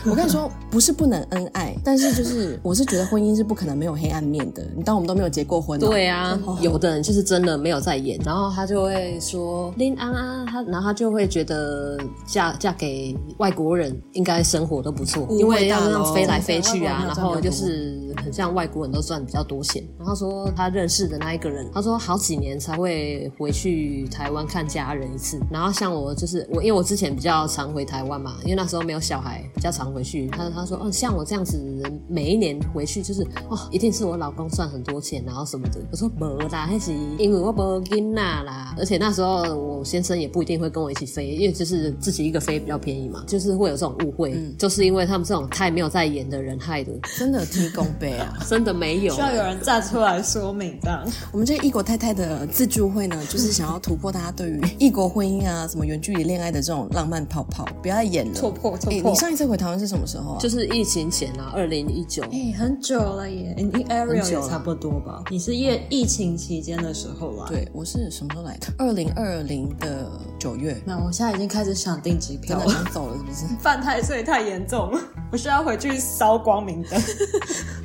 Speaker 1: 我跟你说，不是不能恩爱，但是就是我是觉得婚姻是不可能没有黑暗面的。你当我们都没有结过婚、啊？
Speaker 2: 对啊， 有的人就是真的没有在演，然后他就会说林安安，他然后他就会觉得嫁嫁给外国人应该生活都不错，因为要这样飞来飞去啊，然后就是很像外国人都赚比较多钱。然后说他认识的那一个人，他说好几年才会回去台湾看家人一次。然后像我就是我，因为我之前比较常回台湾嘛，因为那时候没有小孩，比较常回去。他他说哦，像我这样子每一年回去就是哦，一定是我老公赚很多钱，然后什么的。我说没啦，那是因为我没囡娜啦，而且那时候我先生也不一定会跟我一起飞，因为就是自己一个飞比较便宜嘛，就是会有这种误会，就是因为他们这种太没有在演的人害的，
Speaker 1: 真的提供杯啊！
Speaker 2: 真的没有欸
Speaker 3: 需。要有人站出来说明这样。
Speaker 1: 我们这个异国太太的自助会 呢，就是想要突破大家对于异国婚姻啊、什么远距离恋爱的这种浪漫泡泡，不要再演了。
Speaker 3: 戳破戳
Speaker 1: 哎、
Speaker 3: 破
Speaker 1: 你上一次回台湾是什么时候啊？
Speaker 2: 就是疫情前啊，二零一九，
Speaker 1: 嗯
Speaker 3: 哎、很久了耶，你 Ariel
Speaker 2: 久了
Speaker 3: 也差不多吧？你是疫疫情期间的时候啦。，
Speaker 1: 对，我是什么时候来的？二零二零的九月，
Speaker 2: 嗯
Speaker 3: 那我现在已经开始想订机
Speaker 1: 真
Speaker 3: 票
Speaker 1: 的
Speaker 3: 了。
Speaker 1: 想走了是不是？
Speaker 3: 犯太岁太严重了，我需要回去烧光明灯。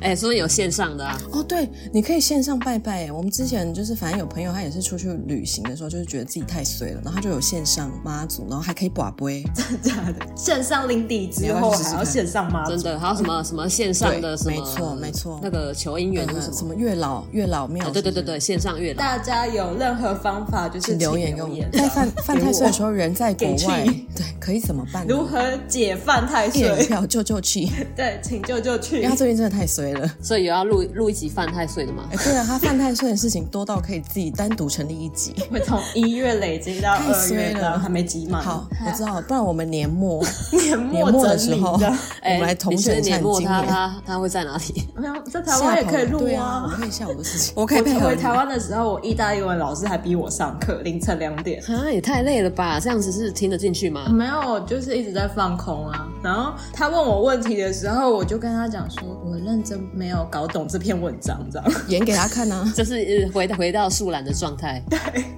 Speaker 2: 哎、是不是有线上的啊？
Speaker 1: 哦，对，你可以线上拜拜耶。我们之前就是，反正有朋友他也是出去旅行的时候，就是觉得自己太衰了，然后他就有线上妈祖，然后还可以把杯。
Speaker 3: 假的，线上领底之
Speaker 1: 你要
Speaker 3: 后
Speaker 1: 不要去试试
Speaker 3: 还要线上吗？
Speaker 2: 真的，还有什么什么线上的什么，
Speaker 1: 对没错没错嗯
Speaker 2: 那个求姻缘是什
Speaker 1: 什
Speaker 2: 么？
Speaker 1: 么月老月老庙、
Speaker 2: 啊对对对对，，线上月老。
Speaker 3: 大家有任何方法就是
Speaker 1: 留
Speaker 3: 请
Speaker 1: 言给我
Speaker 3: 留
Speaker 1: 们
Speaker 3: 言。。
Speaker 1: 在犯犯太岁的时候，人在国
Speaker 3: 给
Speaker 1: 外，
Speaker 3: 气
Speaker 1: 对，可以怎么办呢？
Speaker 3: 如何解犯太
Speaker 1: 一人一
Speaker 3: 岁？
Speaker 1: 票救救气，
Speaker 3: 对，请救救
Speaker 1: 因
Speaker 3: 去
Speaker 1: 为他。最近真的太衰 了。
Speaker 2: 所以有要录录一集犯太岁的嘛？
Speaker 1: 哎，对啊，他犯太岁的事情多到可以自己单独成立一集。
Speaker 3: 会从一月累积到
Speaker 1: 太
Speaker 3: 二
Speaker 1: 衰
Speaker 3: 月，
Speaker 1: 了
Speaker 3: 然后还没集满。
Speaker 1: 好，我知道了，不然我们年末
Speaker 3: 年
Speaker 1: 年末
Speaker 3: 末
Speaker 1: 的
Speaker 3: 整
Speaker 1: 时
Speaker 3: 理
Speaker 1: 候，哎我
Speaker 3: 的。哎
Speaker 1: 们来统
Speaker 2: 哎你
Speaker 1: 整
Speaker 2: 觉得
Speaker 1: 一下
Speaker 2: 年末
Speaker 1: 你今
Speaker 2: 他
Speaker 1: 年。
Speaker 2: 他他会在哪里？
Speaker 3: 没有，在啊台湾也可以录
Speaker 1: 对啊，我
Speaker 3: 啊。
Speaker 1: 可 以下午的事情，我可以配
Speaker 3: 我
Speaker 1: 合
Speaker 3: 回
Speaker 1: 你
Speaker 3: 台湾的时候，我意大利文老师还逼我上课，凌晨两点。
Speaker 2: 啊，也太累了吧！这样子是听得进去
Speaker 1: 嗯
Speaker 2: 吗？
Speaker 3: 没有，就是一直在放空啊。然后他问我问题的时候，我就跟他讲说，我认真没有搞懂这篇文章， 这样。
Speaker 1: 演给他看啊。
Speaker 2: 就是呃回回到树懒的状态，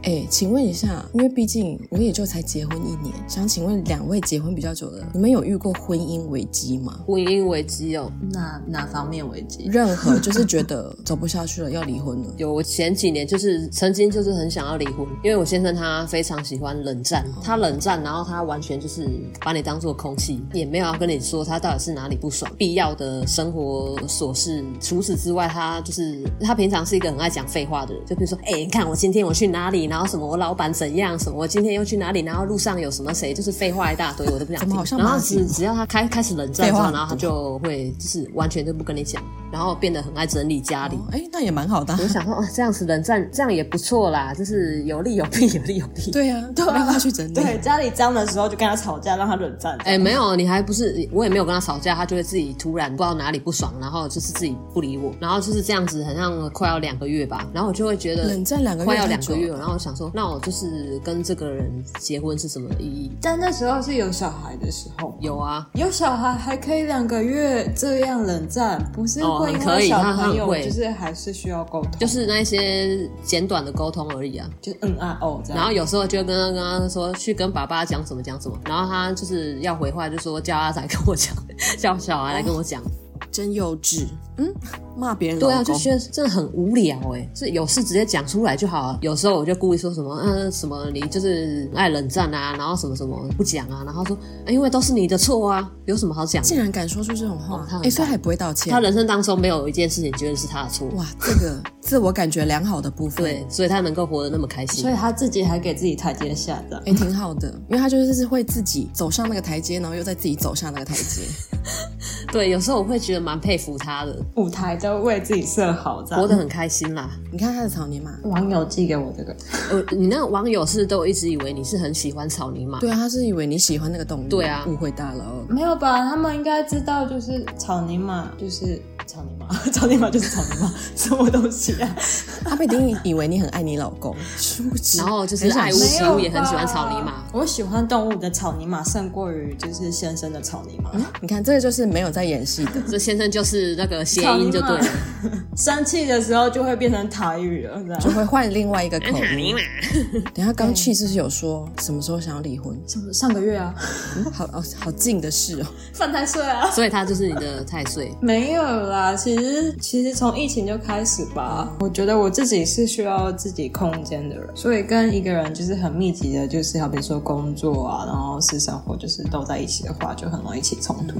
Speaker 1: 哎，请问一下，因为毕竟我也就才结婚一年，想请问两位结婚比较久的，你们有遇过婚姻危机吗？
Speaker 2: 婚姻危机哦。
Speaker 3: 哪哪方面危机？
Speaker 1: 任何就是觉得走不下去了，要离婚了。
Speaker 2: 有我前几年就是曾经就是很想要离婚，因为我先生他非常喜欢冷战，
Speaker 1: 嗯
Speaker 2: 他冷战，然后他完全就是把你当做空气，也没有要跟你说他到底是哪里不爽，必要的生活琐事。除此之外，他就是他平常是一个很爱讲废话的人，就比如说，哎、你看我今天我去哪里，然后什么我老板怎样，什么我今天又去哪里，然后路上有什么谁，就是废话一大堆，我都不想
Speaker 1: 怎么
Speaker 2: 听
Speaker 1: 好。像
Speaker 2: 然后
Speaker 1: 马吉
Speaker 2: 只只要他开开始冷战之
Speaker 1: 废话
Speaker 2: 后，
Speaker 1: 很
Speaker 2: 然后他
Speaker 1: 多
Speaker 2: 就会就是完全就不跟你讲，然后变得很爱整理家里。
Speaker 1: 哎、那也蛮好的啊、
Speaker 2: 我想说，哦，这样子冷战，这样也不错啦，就是有利有弊，有利有弊。
Speaker 1: 对啊，对让他去整理。
Speaker 3: 对，家里脏的时候就跟他吵架，让他冷战。
Speaker 2: 哎、没有，你还不是我也没有跟他吵架，他就会自己突然不知道哪里不爽，然后就是自己不理我，然后就是这样子，好像快要两个月吧，然后我就会觉得
Speaker 1: 冷战两个月
Speaker 2: 快要
Speaker 1: 太
Speaker 2: 两
Speaker 1: 久
Speaker 2: 个
Speaker 1: 了
Speaker 2: 月了，然后我想说，那我就是跟这个人结婚是什么意义？
Speaker 3: 但那时候是有小孩的时候，
Speaker 2: 有啊，
Speaker 3: 有小孩还可以两个月这样冷战，不是
Speaker 2: 哦
Speaker 3: 会因
Speaker 2: 可
Speaker 3: 为
Speaker 2: 以
Speaker 3: 小
Speaker 2: 他他
Speaker 3: 朋友
Speaker 2: 会
Speaker 3: 就是还是需要沟通，
Speaker 2: 就是那一些简短的沟通而已啊。
Speaker 3: 就嗯啊哦这样。
Speaker 2: 然后有时候就跟他跟他说去跟爸爸讲什么讲什么，然后他就是要回话，就说叫他来跟我讲， 叫小孩来跟我讲。
Speaker 1: 真幼稚，嗯，骂别人
Speaker 2: 对啊，
Speaker 1: 老
Speaker 2: 就
Speaker 1: 公
Speaker 2: 觉得真的很无聊哎、是有事直接讲出来就好了。有时候我就故意说什么，嗯、什么你就是爱冷战啊，然后什么什么不讲啊，然后说、啊因为都是你的错啊，有什么好讲的？
Speaker 1: 竟然敢说出这种话
Speaker 2: 哦，他
Speaker 1: 哎、
Speaker 2: 很
Speaker 1: 所以还不会道歉
Speaker 2: 他。人生当中没有一件事情觉得是他的错，
Speaker 1: 哇，这个自我感觉良好的部分，
Speaker 2: 对，所以他能够活得那么开心
Speaker 3: 所以。他自己还给自己台阶下这样。
Speaker 1: 哎、挺好的，因为他就是会自己走上那个台阶，然后又再自己走下那个台阶。
Speaker 2: 对，有时候我会觉得蛮佩服他的，
Speaker 3: 舞台都为自己设好这
Speaker 2: 活
Speaker 3: 样。
Speaker 2: 得很开心啦。
Speaker 1: 你看他的草泥马，
Speaker 3: 网友寄给我这个，
Speaker 2: 呃，你那个网友是都一直以为你是很喜欢草泥马，
Speaker 1: 对啊，他是以为你喜欢那个动物，
Speaker 2: 对啊
Speaker 1: 误会大了哦。
Speaker 3: 没有吧？他们应该知道，就是草泥马就是 操你妈，操你妈就是操你妈， 什么东西啊？
Speaker 1: 他们一定以为你很爱你老 公，殊不知
Speaker 2: 然后就是
Speaker 1: 很想
Speaker 2: 爱屋及乌，
Speaker 3: 没有
Speaker 2: 也很喜欢
Speaker 3: 吧
Speaker 2: 草泥马。
Speaker 3: 我喜欢动物的草泥马胜过于就是先生的草泥马。
Speaker 2: 嗯
Speaker 1: 你看，这个就是没有在演戏的。
Speaker 2: 这先生就是那个谐
Speaker 3: 草泥
Speaker 2: 音就
Speaker 3: 马
Speaker 2: 对了，
Speaker 3: 生气的时候就会变成台语了，这
Speaker 1: 就
Speaker 3: 样。
Speaker 1: 会换另外一个口 音。等一下刚去是不是有说什么时候想要离婚？
Speaker 3: 上上个月啊，
Speaker 1: 嗯 好哦，好近的事哦。
Speaker 3: 犯太岁啊。
Speaker 2: 所以他就是你的太岁。
Speaker 3: 没有啦，其实其实从疫情就开始吧，我觉得我自己是需要自己空间的人，所以跟一个人就是很密集的，就是好比说工作啊，然后私生活就是都在一起的话，就很容易起冲突。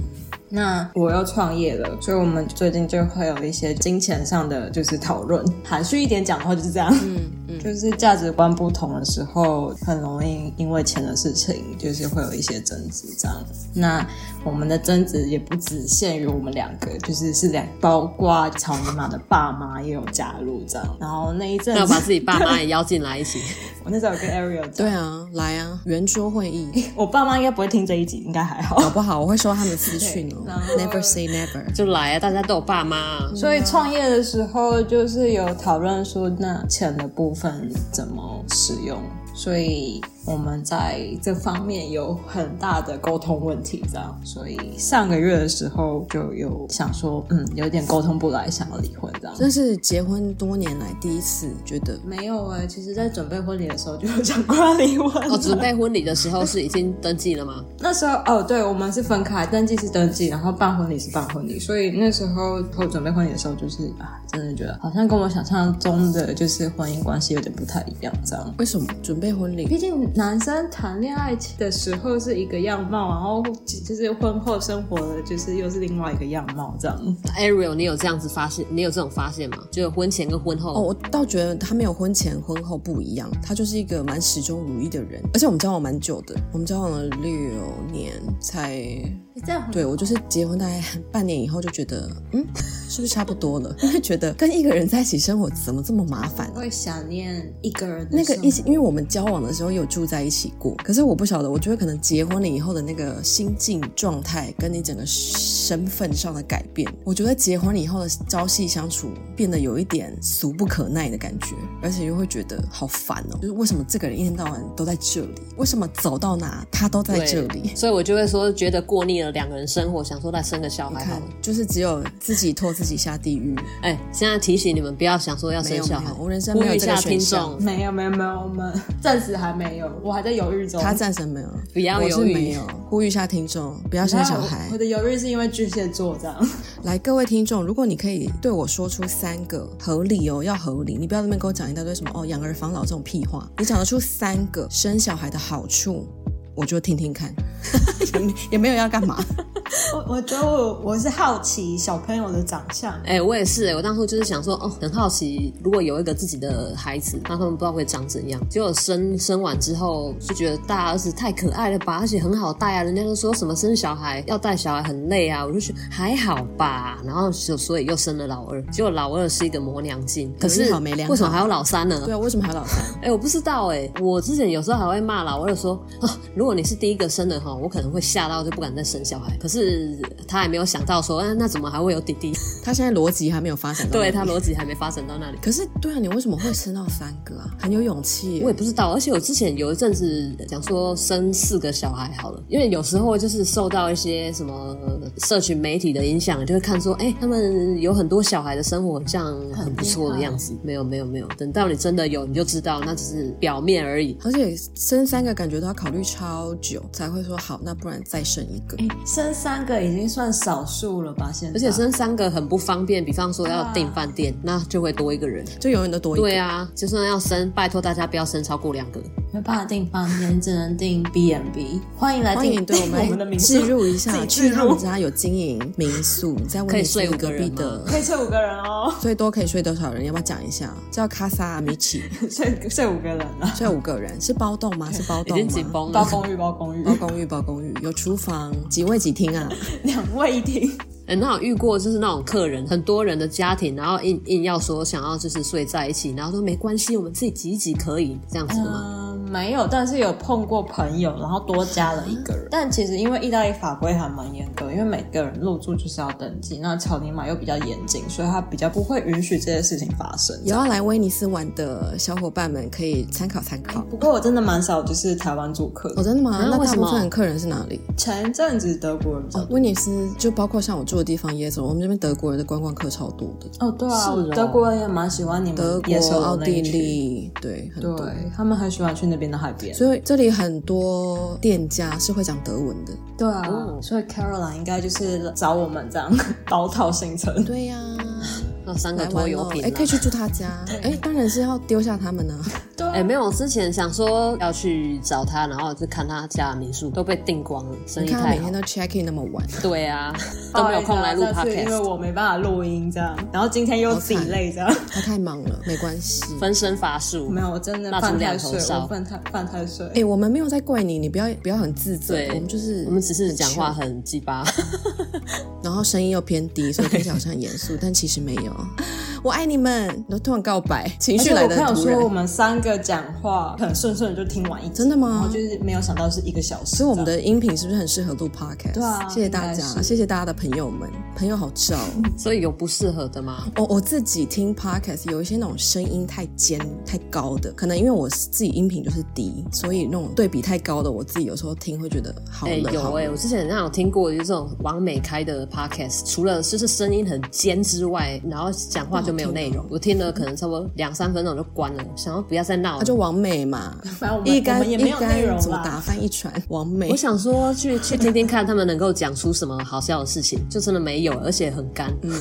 Speaker 3: 那我又创业了，所以我们最近就会有一些金钱上的就是讨论，含蓄一点讲的话就是这样。
Speaker 2: 嗯
Speaker 3: 就是价值观不同的时候，很容易因为钱的事情，就是会有一些争执这样。那我们的争执也不只限于我们两个，就是是两，包括草泥马的爸妈也有加入这样。然后那一阵
Speaker 2: 那我
Speaker 3: 子
Speaker 2: 把，自己爸妈也邀进来一起，
Speaker 3: 我那时候有跟 Ariel 讲，
Speaker 1: 对啊，来啊，圆桌会 议，
Speaker 3: 我爸妈应该不会听这一集，应该还好。
Speaker 1: 搞不好我会收他们私讯哦
Speaker 3: 对然后。
Speaker 1: Never say never。
Speaker 2: 就来啊！大家都有爸妈啊，
Speaker 3: 所以创业的时候就是有讨论说，那钱的部分怎么使用，所以我们在这方面有很大的沟通问题，这样。所以上个月的时候就有想说，嗯，有点沟通不来，想要离婚这样。
Speaker 1: 这是结婚多年来第一次觉得
Speaker 3: 没有哎、其实在准备婚礼的时候就有讲过要离婚 了
Speaker 2: 哦，准备婚礼的时候是已经登记了吗？
Speaker 3: 那时候哦，对，我们是分开，登记是登记，然后办婚礼是办婚礼，所以那时候我准备婚礼的时候，就是啊，真的觉得好像跟我想象中的就是婚姻关系有点不太一样，这样。
Speaker 1: 为什么准备婚礼
Speaker 3: 毕竟男生谈恋爱的时候是一个样貌，然后就是婚后生活的就是又是另外一个样貌，这样。
Speaker 2: Ariel，你有这样子发现？你有这种发现吗？就婚前跟婚后。
Speaker 1: 哦，我倒觉得他没有婚前婚后不一样，他就是一个蛮始终如一的人。而且我们交往蛮久的，我们交往了六年才。
Speaker 3: 你这样
Speaker 1: 对我就是结婚大概半年以后就觉得，嗯，是不是差不多了？ 因为觉得跟一个人在一起生活怎么这么麻烦、啊？
Speaker 3: 会想念一个人的
Speaker 1: 那个
Speaker 3: 生活
Speaker 1: 一起，因为我们交往的时候有住在一起过，可是我不晓得，我觉得可能结婚了以后的那个心境状态，跟你整个身份上的改变，我觉得结婚了以后的朝夕相处变得有一点俗不可耐的感觉，而且又会觉得好烦哦，就是为什么这个人一天到晚都在这里，为什么走到哪他都在
Speaker 2: 对
Speaker 1: 这里。
Speaker 2: 所以我就会说，觉得过腻了两个人生活，想说再生个小
Speaker 1: 你
Speaker 2: 孩好
Speaker 1: 看
Speaker 2: 了。，
Speaker 1: 就是只有自己拖自己下地狱，
Speaker 2: 哎、现在提醒你们不要想说要
Speaker 1: 没
Speaker 2: 生
Speaker 1: 有没
Speaker 2: 小孩
Speaker 1: 有，，我人生
Speaker 2: 呼
Speaker 1: 没有
Speaker 2: 吁一
Speaker 1: 这个
Speaker 2: 下听
Speaker 1: 选项。
Speaker 2: 众，
Speaker 3: 没有没有没有，我们暂时还没有，我还在犹豫中。
Speaker 1: 他战神没有，
Speaker 2: 不要
Speaker 1: 我
Speaker 2: 犹
Speaker 1: 是
Speaker 2: 豫
Speaker 1: 没有。呼吁一下听众，不要生小孩
Speaker 3: 我。的犹豫是因为巨蟹座这样。
Speaker 1: 来，各位听众，如果你可以对我说出三个合理哦，要合理，你不要在那边给我讲一大堆什么哦养儿防老这种屁话，你讲得出三个生小孩的好处，我就听听看，也没 也没有要干嘛。
Speaker 3: 我我觉得我我是好奇小朋友的长相，
Speaker 2: 哎、我也是、哎，我当初就是想说，哦，很好奇，如果有一个自己的孩子，那他们不知道会长怎样。结果生生完之后，就觉得大儿子太可爱了吧，而且很好带啊。人家都说什么生小孩要带小孩很累啊，我就觉得还好吧。然后就所以又生了老二，结果老二是一个磨娘精，可
Speaker 1: 有
Speaker 2: 是
Speaker 1: 一好没两好
Speaker 2: 为什么还有老三呢？
Speaker 1: 对啊，为什么还有老三？
Speaker 2: 哎、我不知道哎、我之前有时候还会骂老二说啊，如果你是第一个生的哈，我可能会吓到就不敢再生小孩。可是他还没有想到说，啊、那怎么还会有弟弟？
Speaker 1: 他现在逻辑还没有发展到。
Speaker 2: 对他。逻辑还没发展到那里。
Speaker 1: 可是，对啊，你为什么会生到三个啊？很有勇气耶
Speaker 2: 我。也不知道，而且我之前有一阵子讲说生四个小孩好了，因为有时候就是受到一些什么社群媒体的影响，就会看说，哎、他们有很多小孩的生活好像很不错的样子。没有没有没有，等到你真的有，你就知道那只是表面而已。
Speaker 1: 而且生三个感觉都要考虑超久才会说好，那不然再生一个。
Speaker 3: 生三个已经算少数了吧？现在，
Speaker 2: 而且生三个很不方便，比方说要订
Speaker 3: 啊
Speaker 2: 饭店，那就会多一个人。
Speaker 1: 就永远都多一个。
Speaker 2: 对啊，就算要生，拜托大家不要生超过两个。
Speaker 3: 没办法订房间，只能订 B N B。欢迎来
Speaker 1: 欢迎
Speaker 3: 订
Speaker 1: 对我
Speaker 3: 我们的
Speaker 1: 们
Speaker 3: 民
Speaker 1: 置
Speaker 3: 宿，
Speaker 1: 入一
Speaker 3: 自
Speaker 1: 下，
Speaker 3: 己
Speaker 1: 去
Speaker 3: 置
Speaker 1: 他们
Speaker 3: 入
Speaker 1: 家有经营民宿，你在
Speaker 2: 可以
Speaker 1: 问
Speaker 2: 睡
Speaker 1: 睡
Speaker 2: 五个
Speaker 1: 隔壁
Speaker 2: 人吗
Speaker 1: 的，
Speaker 3: 可以睡五个人 哦，
Speaker 1: 最多可以睡多少人？要不要讲一下？叫卡萨阿米奇，
Speaker 3: 睡睡五个人啊，
Speaker 1: 睡五个人，是包栋吗？是包
Speaker 2: 已
Speaker 1: 栋
Speaker 2: 经紧
Speaker 1: 吗？
Speaker 2: 绷
Speaker 3: 包
Speaker 2: 了。
Speaker 3: 公寓，嗯包公寓，
Speaker 1: 包公寓，包公寓有厨房，几位几厅啊？
Speaker 3: 两位一 厅。
Speaker 2: 哎、那有遇过就是那种客人很多人的家庭，然后
Speaker 1: 啊
Speaker 2: 硬硬要说想要就是睡在一起，然后说没关系，我们自己挤一挤可以这样子的吗？
Speaker 3: 嗯，没有，但是有碰过朋友，然后多加了一个人。 但其实因为意大利法规还蛮严格，因为每个人入住就是要登记，那草泥马又比较严谨，所以他比较不会允许这些事情发生。
Speaker 1: 有要来威尼斯玩的小伙伴们可以参考参考。
Speaker 3: 不过我真的蛮少就是台湾住客的
Speaker 1: 哦，真的吗？
Speaker 2: 啊
Speaker 1: 那
Speaker 2: 为
Speaker 1: 大
Speaker 2: 什么
Speaker 1: 部分的客人是哪里？
Speaker 3: 前一阵子德国人比较
Speaker 1: 哦，
Speaker 3: 多。
Speaker 1: 威尼斯就包括像我住的地方耶总，我们这边德国人的观光客超多的，
Speaker 3: 哦，对啊，
Speaker 2: 是哦
Speaker 3: 德国人也蛮喜欢你
Speaker 1: 德
Speaker 2: 嗯
Speaker 3: 们
Speaker 1: 国
Speaker 3: 野兽、
Speaker 1: 奥地，利，对，很
Speaker 3: 对
Speaker 1: 多。
Speaker 3: 他们很喜欢去那边的海边。
Speaker 1: 所以这里很多店家是会讲德文的。
Speaker 3: 对啊，
Speaker 2: 哦
Speaker 3: 所以 Caroline 应该就是找我们这样 包套行程。
Speaker 1: 对 呀、
Speaker 2: 那三个
Speaker 1: 来
Speaker 2: 拖
Speaker 1: 玩
Speaker 2: 油
Speaker 1: 咯
Speaker 2: 瓶、啊，
Speaker 1: 哎，可以去住他家，哎，当然是要丢下他们呢、
Speaker 3: 对啊
Speaker 2: 哎、没有，我之前想说要去找他，然后就看他家的民宿都被订光了，生
Speaker 1: 你
Speaker 2: 意
Speaker 1: 看他每
Speaker 2: 太
Speaker 1: 天
Speaker 2: 好。
Speaker 1: 都 check in 那么晚，
Speaker 2: 对 啊，都没有空来录
Speaker 3: 不好意思啊上次因为
Speaker 2: podcast，
Speaker 3: 我没办法录音这样，然后今天又
Speaker 1: 好惨
Speaker 3: delay 这样。
Speaker 1: 他太忙 了，没关系。
Speaker 2: 分身乏术
Speaker 3: 没。有，我真的
Speaker 2: 蜡烛
Speaker 3: 犯太
Speaker 2: 两头
Speaker 3: 岁，
Speaker 2: 烧
Speaker 3: 我犯太犯太岁。
Speaker 1: 哎、我们没有在怪你，你不要不要很自责，
Speaker 2: 对
Speaker 1: 我们就是
Speaker 2: 我们只是
Speaker 1: 很
Speaker 2: 讲话
Speaker 1: chill，
Speaker 2: 很鸡巴，
Speaker 1: 然后声音又偏低，所以听起来好像很严肃，但其实没有。 我爱你们，然后突然告白，情
Speaker 3: 而
Speaker 1: 绪
Speaker 3: 且
Speaker 1: 来
Speaker 3: 我
Speaker 1: 的
Speaker 3: 朋友
Speaker 1: 突
Speaker 3: 说，我
Speaker 1: 然。啊
Speaker 3: 们三个讲话很顺顺就听完一集，
Speaker 1: 真的吗
Speaker 3: 然后就是没有想到是一个小时这
Speaker 1: 所以
Speaker 3: 样，
Speaker 1: 我们的音频是不是很适合录 podcast？
Speaker 3: 对啊
Speaker 1: 谢谢大
Speaker 3: 应
Speaker 1: 家，
Speaker 3: 该是
Speaker 1: 谢谢大家的朋友们，朋友好照。
Speaker 2: 所以有不适合的吗？
Speaker 1: 哦我我自己听 podcast 有一些那种声音太尖太高的，可能因为我自己音频就是低，所以那种对比太高的，我自己有时候听会觉得好
Speaker 2: 哎、
Speaker 1: 了。
Speaker 2: 有
Speaker 1: 好
Speaker 2: 哎、
Speaker 1: 了
Speaker 2: 我之前好像有听过，就是这种王美开的 podcast，除了就是声音很尖之外，然后讲
Speaker 1: 哦
Speaker 2: 话就没有内容。我听了可能差不多两三分钟我就关了，想要不要再闹
Speaker 1: 他
Speaker 2: 了。
Speaker 1: 啊就完美 嘛，
Speaker 3: 反正我们
Speaker 1: 一
Speaker 3: 我
Speaker 1: 竿
Speaker 3: 们也没
Speaker 1: 一
Speaker 3: 有内容
Speaker 1: 竿怎么打
Speaker 3: 啦。
Speaker 1: 翻一船，完美
Speaker 2: 我。想说去去听听看他们能够讲出什么好笑的事情，就真的没有，而且很干。嗯，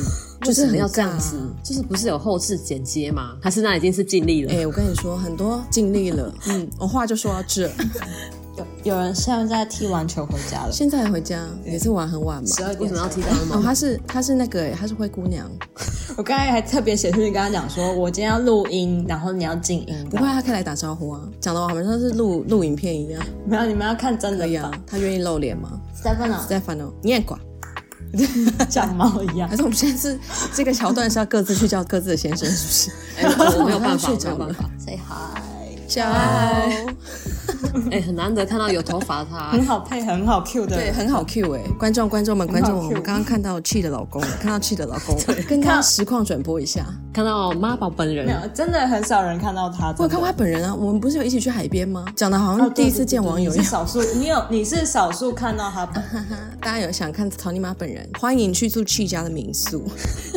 Speaker 1: 就是很
Speaker 2: 要这样子
Speaker 1: 尬啊，
Speaker 2: 就是不是有后置剪接吗？还是那已经是尽力了？
Speaker 1: 哎、我跟你说，很多尽力了，嗯，我话就说到这。
Speaker 3: 有有人现在踢完球回家了，
Speaker 1: 现在回家也是玩很晚嘛。
Speaker 3: 嗯十二
Speaker 2: 为
Speaker 3: 点
Speaker 2: 什么要提
Speaker 3: 到？
Speaker 2: 到那
Speaker 1: 哦，
Speaker 2: 么？
Speaker 1: 她是她是那个、欸，她是灰姑娘，
Speaker 3: 我刚才还特别写出去跟他讲说，我今天要录音，然后你要静音。
Speaker 1: 不会，她可以来打招呼啊，讲的我好像是录录影片一样。
Speaker 3: 没有，你们要看真
Speaker 1: 可以
Speaker 3: 人版
Speaker 1: 啊。，她愿意露脸吗
Speaker 3: Stefano
Speaker 1: ？Stefano，你也管？
Speaker 3: 像猫一样
Speaker 1: 还，是我们现在是这个桥段是要各自去叫各自的先生，是不是？
Speaker 2: 哎、我我没有办法，
Speaker 1: 睡
Speaker 2: 我没
Speaker 1: 着
Speaker 2: 有办法。
Speaker 3: say hi，
Speaker 1: 叫
Speaker 2: 哎、很难得看到有头发 他、
Speaker 3: 很好配，很好 Q 的。
Speaker 1: 对，很好 Q 哎、观众观众们观众们，我们
Speaker 3: cue
Speaker 1: 刚刚看到 Chi 的老公，看到 Chi 的老公，跟刚刚实况转播一下。
Speaker 2: 看到妈宝本
Speaker 3: 没
Speaker 2: 人。
Speaker 3: 有，真的很少人看到他。
Speaker 1: 我有
Speaker 3: 真的
Speaker 1: 看过他本人啊，我们不是有一起去海边吗？讲的好
Speaker 3: 哦
Speaker 1: 像第一次见网友一
Speaker 3: 对对对
Speaker 1: 样
Speaker 3: 你是。少数，你有你是少数看到他本人。
Speaker 1: 大家有想看草泥马本人，欢迎去住 Chi 家的民宿。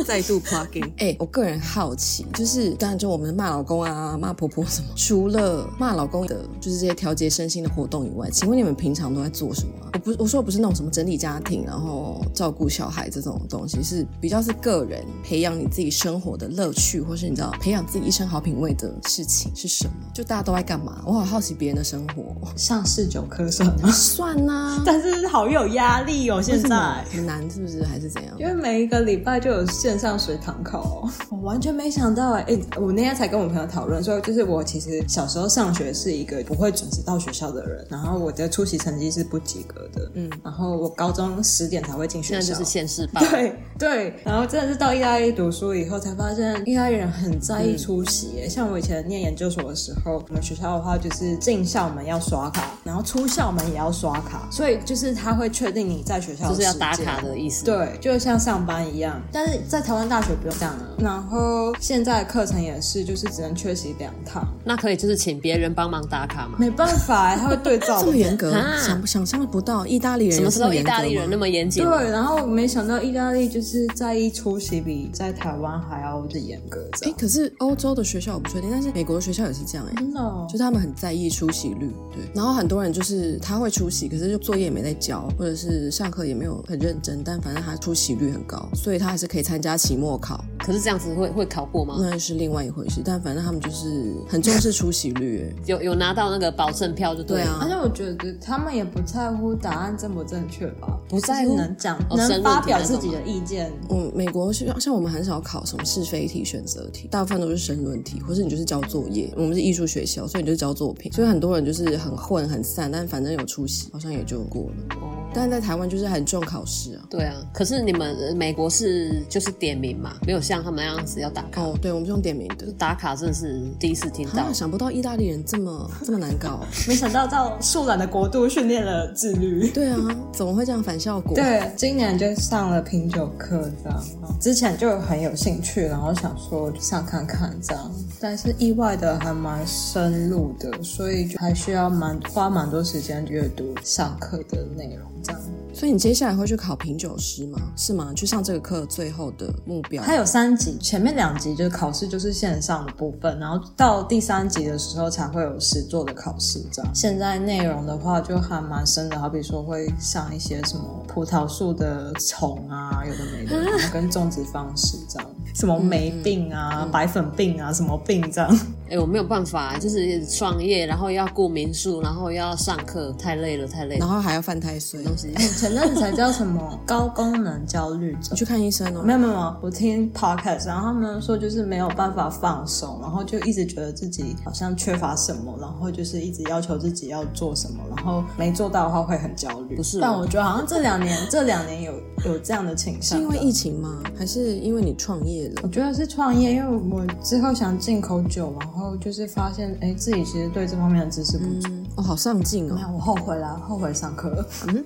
Speaker 2: 再度 plugin，
Speaker 1: 哎、我个人好奇，就是当然就我们骂老公啊、骂婆婆什么，除了骂老公的，就是这些调节身心的活动以外，请问你们平常都在做什么啊、我不，我说我不是那种什么整理家庭，然后照顾小孩这种东西，是比较是个人培养你自己生活的乐趣，或是你知道培养自己一身好品味的事情是什么？就大家都在干嘛？我好好奇别人的生活，
Speaker 3: 上市九科生吗？
Speaker 1: 算呐、
Speaker 3: 但是好有压力哦，现在。
Speaker 1: 很难是不是？还是怎 样？
Speaker 3: 因为每一个礼拜就有线上水堂考、哦， 我完全没想到哎、哎我那天才跟我朋友讨论说，就是我其实小时候上学是一个不会准时到学校的人，然后我的出席成绩是不及格的，嗯，然后我高中十点才会进学
Speaker 2: 现在
Speaker 3: 校，
Speaker 2: 就是现世 报。
Speaker 3: 对 对，然后真的是到意大利读书以后，才发现意大利人很在意出席耶、像我以前念研究所的时候，我们学校的话就是进校门要刷卡，然后出校门也要刷卡，所以就是他会确定你在学校的
Speaker 2: 就是要
Speaker 3: 时
Speaker 2: 打
Speaker 3: 间
Speaker 2: 卡的意思。，
Speaker 3: 对，就像上班一样，但是在台湾大学不用这样啊。然后现在的课程也是，就是只能缺席两堂，
Speaker 2: 那可以就是请别人帮忙打卡嘛。
Speaker 3: 没办法、欸他会 对照
Speaker 1: 这么
Speaker 3: 我。
Speaker 1: 严格，
Speaker 2: 啊
Speaker 1: 想不想象不到意大利人
Speaker 2: 什么时
Speaker 1: 这
Speaker 2: 候
Speaker 1: 么
Speaker 2: 意
Speaker 1: 严格吗
Speaker 2: 大利人那么严谨？
Speaker 3: 对，然后没想到意大利就是在意出席比在台湾还要的严格，这
Speaker 1: 哎、
Speaker 3: 样。
Speaker 1: 可是欧洲的学校我不确定，但是美国的学校也是这样哎、
Speaker 3: 真的哦、
Speaker 1: 就是他们很在意出席率，对。然后很多人就是他会出席，可是就作业也没在交，或者是上课也没有很认真，但反正他出席率很高，所以他还是可以参加期末考，
Speaker 2: 可是这样子会会考过吗？
Speaker 1: 那是另外一回事。但反正他们就是很重视出席率、哎
Speaker 2: 有有拿到那个保证票就
Speaker 1: 对
Speaker 2: 了。
Speaker 1: 啊
Speaker 3: 而且，我觉得他们也不在乎答案正不正确吧，不
Speaker 2: 在乎
Speaker 3: 能讲、
Speaker 2: 哦
Speaker 3: 能
Speaker 2: 申论
Speaker 3: 发
Speaker 2: 题
Speaker 3: 表
Speaker 2: 那
Speaker 3: 自
Speaker 2: 种
Speaker 3: 己
Speaker 2: 吗
Speaker 3: 的意见。
Speaker 1: 嗯，美国学校像我们很少考什么是非题、选择题，大部分都是申论题，或是你就是交作业。我们是艺术学
Speaker 3: 啊
Speaker 1: 校，所以你就是交作品，所以很多人就是很混很散，但反正有出席，好像也就过了。
Speaker 2: 哦
Speaker 1: 但在台湾就是很重考试啊。
Speaker 2: 对啊，可是你们呃美国是就是点名嘛，没有像他们那样子要打卡。
Speaker 1: 哦，对，我们是用点名的。
Speaker 2: 打卡真的是第一次听到
Speaker 1: 啊，，想不到意大利人这 么这么难搞。
Speaker 3: 没想到到树懒的国度训练了自律。
Speaker 1: 对啊，怎么会这样反效果？
Speaker 3: 对，今年就上了品酒课这样，之前就很有兴趣，然后想说就上看看这样，但是意外的还蛮深入的，所以就还需要蛮花蛮多时间阅读上课的内容这样。
Speaker 1: 所以你接下来会去考品酒师吗？是吗？去上这个课最后的目标？
Speaker 3: 它有三级，前面两级就是考试，就是线上的部分，然后到第三级的时候才会有实作的考试。这样，现在内容的话就还蛮深的，好比说会上一些什么葡萄树的虫啊，有的没的，然后跟种植方式这样，什么霉病啊、白粉病啊、什么病这样。
Speaker 2: 哎、我没有办法，就是创业，然后要顾民宿，然后又要上课，太累了，太累
Speaker 1: 然
Speaker 2: 了。
Speaker 1: 后还要犯太岁，
Speaker 2: 东西
Speaker 3: 前阵子才叫什么高功能焦虑症
Speaker 1: 你。去看医生哦
Speaker 3: 没。有没有没有，我听 podcast，然后他们说就是没有办法放松，然后就一直觉得自己好像缺乏什么，然后就是一直要求自己要做什么，然后没做到的话会很焦虑。
Speaker 2: 不是
Speaker 3: 但我觉得好像这两年这两年有有这样的倾
Speaker 1: 是
Speaker 3: 向，
Speaker 1: 因为疫。情吗？还是因为你创业了
Speaker 3: 我？觉得是创业，因为我之后想进口酒，然后就是发现，哎，自己其实对这方面的知识不足。
Speaker 1: 嗯，哦，好上进
Speaker 3: 没
Speaker 1: 哦，
Speaker 3: 有，我后悔啦，后悔上课了。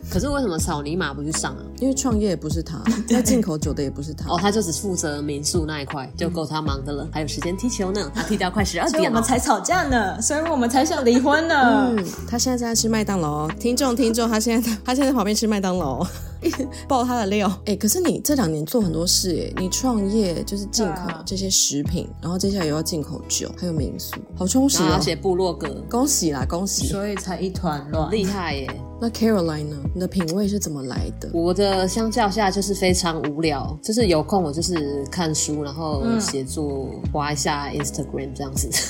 Speaker 2: 可是为什么草泥马不去上啊？
Speaker 1: 因为创业也不是 他，要进口酒的也不是他。
Speaker 2: 哦，他就只负责民宿那一块，就够他忙的了，还有时间踢球呢。他踢到快十二
Speaker 3: 所以
Speaker 2: 点
Speaker 3: 我
Speaker 2: 了
Speaker 3: 们。才吵架呢，所以我们才想离婚呢。
Speaker 1: 哦嗯，他现在在吃麦当劳哦，听众听众，他现在在他现在在旁边吃麦当劳 哦，一直爆他的料。哎、可是你这两年做很多事哎，你创业就是进口
Speaker 3: 对啊
Speaker 1: 这些食品，然后接下来又要进口酒，还有民宿，好充实
Speaker 2: 然
Speaker 1: 哦
Speaker 2: 后要。写部落格，
Speaker 1: 恭喜啦，恭喜！
Speaker 3: 所以才一团乱。
Speaker 2: 厉害耶！
Speaker 1: 那 Caroline 呢？你的品味是怎么来的？
Speaker 2: 我的相较下就是非常无聊，就是有空我就是看书，然后
Speaker 1: 嗯
Speaker 2: 写作，划一下 Instagram 这样子。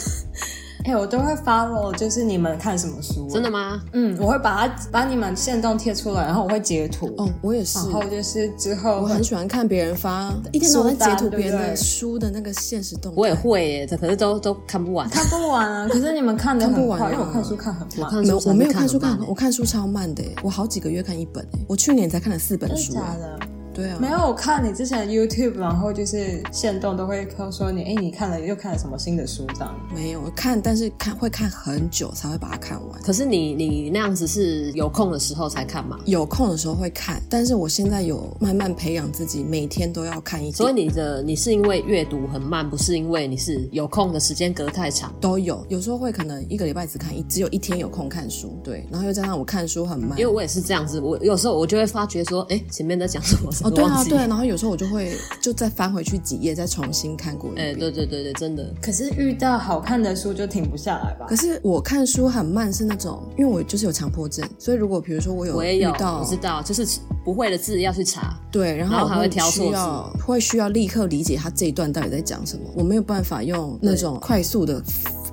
Speaker 3: 哎、我都会 follow，就是你们看什么书、
Speaker 2: 真的？吗？
Speaker 3: 嗯，我会把它把你们线动贴出来，然后我会截图。
Speaker 1: 哦，我也是
Speaker 3: 然，后就是之
Speaker 1: 我
Speaker 3: 后会
Speaker 1: 很喜欢看别人发，一天到晚在截图别人的
Speaker 3: 对不对
Speaker 1: 书的那个现实动态。
Speaker 2: 我也会耶，可是都都看不完。
Speaker 3: 看不完啊，可是你们看的很
Speaker 1: 看不完啊
Speaker 3: 快，因为我看书看很慢。
Speaker 2: 看
Speaker 1: 没有，我没有
Speaker 2: 看
Speaker 1: 看书看
Speaker 2: 很慢，耶
Speaker 1: 我看书超慢的耶，欸我好几个月看一本欸耶，我去年才看了四本
Speaker 3: 真
Speaker 1: 书
Speaker 3: 的
Speaker 1: 耶。
Speaker 3: 假的？
Speaker 1: 对啊，
Speaker 3: 没有，我看你之前的 YouTube，然后就是线动都会说你，哎，你看了又看了什么新的书这样？
Speaker 1: 没有看，但是看会看很久才会把它看完。
Speaker 2: 可是你你那样子是有空的时候才看嘛，
Speaker 1: 有空的时候会看，但是我现在有慢慢培养自己，每天都要看一
Speaker 2: 所以
Speaker 1: 点，
Speaker 2: 你的你是因为阅读很慢，不是因为你是有空的时间隔太长。
Speaker 1: 都有。有时候会可能一个礼拜只看一，只有一天有空看书，对。然后又加上我看书很慢
Speaker 2: 因为，我也是这样子，我有时候我就会发觉说，哎，前面在讲什么，
Speaker 1: 哦，
Speaker 2: 我
Speaker 1: 对
Speaker 2: 忘
Speaker 1: 啊，
Speaker 2: 记。
Speaker 1: 对啊。然后有时候我就会就再翻回去几页，再重新看过一
Speaker 2: 哎，
Speaker 1: 遍。
Speaker 2: 对对对对，真的。
Speaker 3: 可是遇到好看的书就停不下来吧
Speaker 1: 可？是我看书很慢，是那种，因为我就是有强迫症，所以如果比如说我有
Speaker 2: 我也
Speaker 1: 遇
Speaker 2: 有，
Speaker 1: 到
Speaker 2: 我知道，就是不会的字要去查。
Speaker 1: 对，然后
Speaker 2: 然后
Speaker 1: 我
Speaker 2: 还会挑错
Speaker 1: 需要会需要立刻理解他这一段到底在讲什么，我没有办法用那种快速的。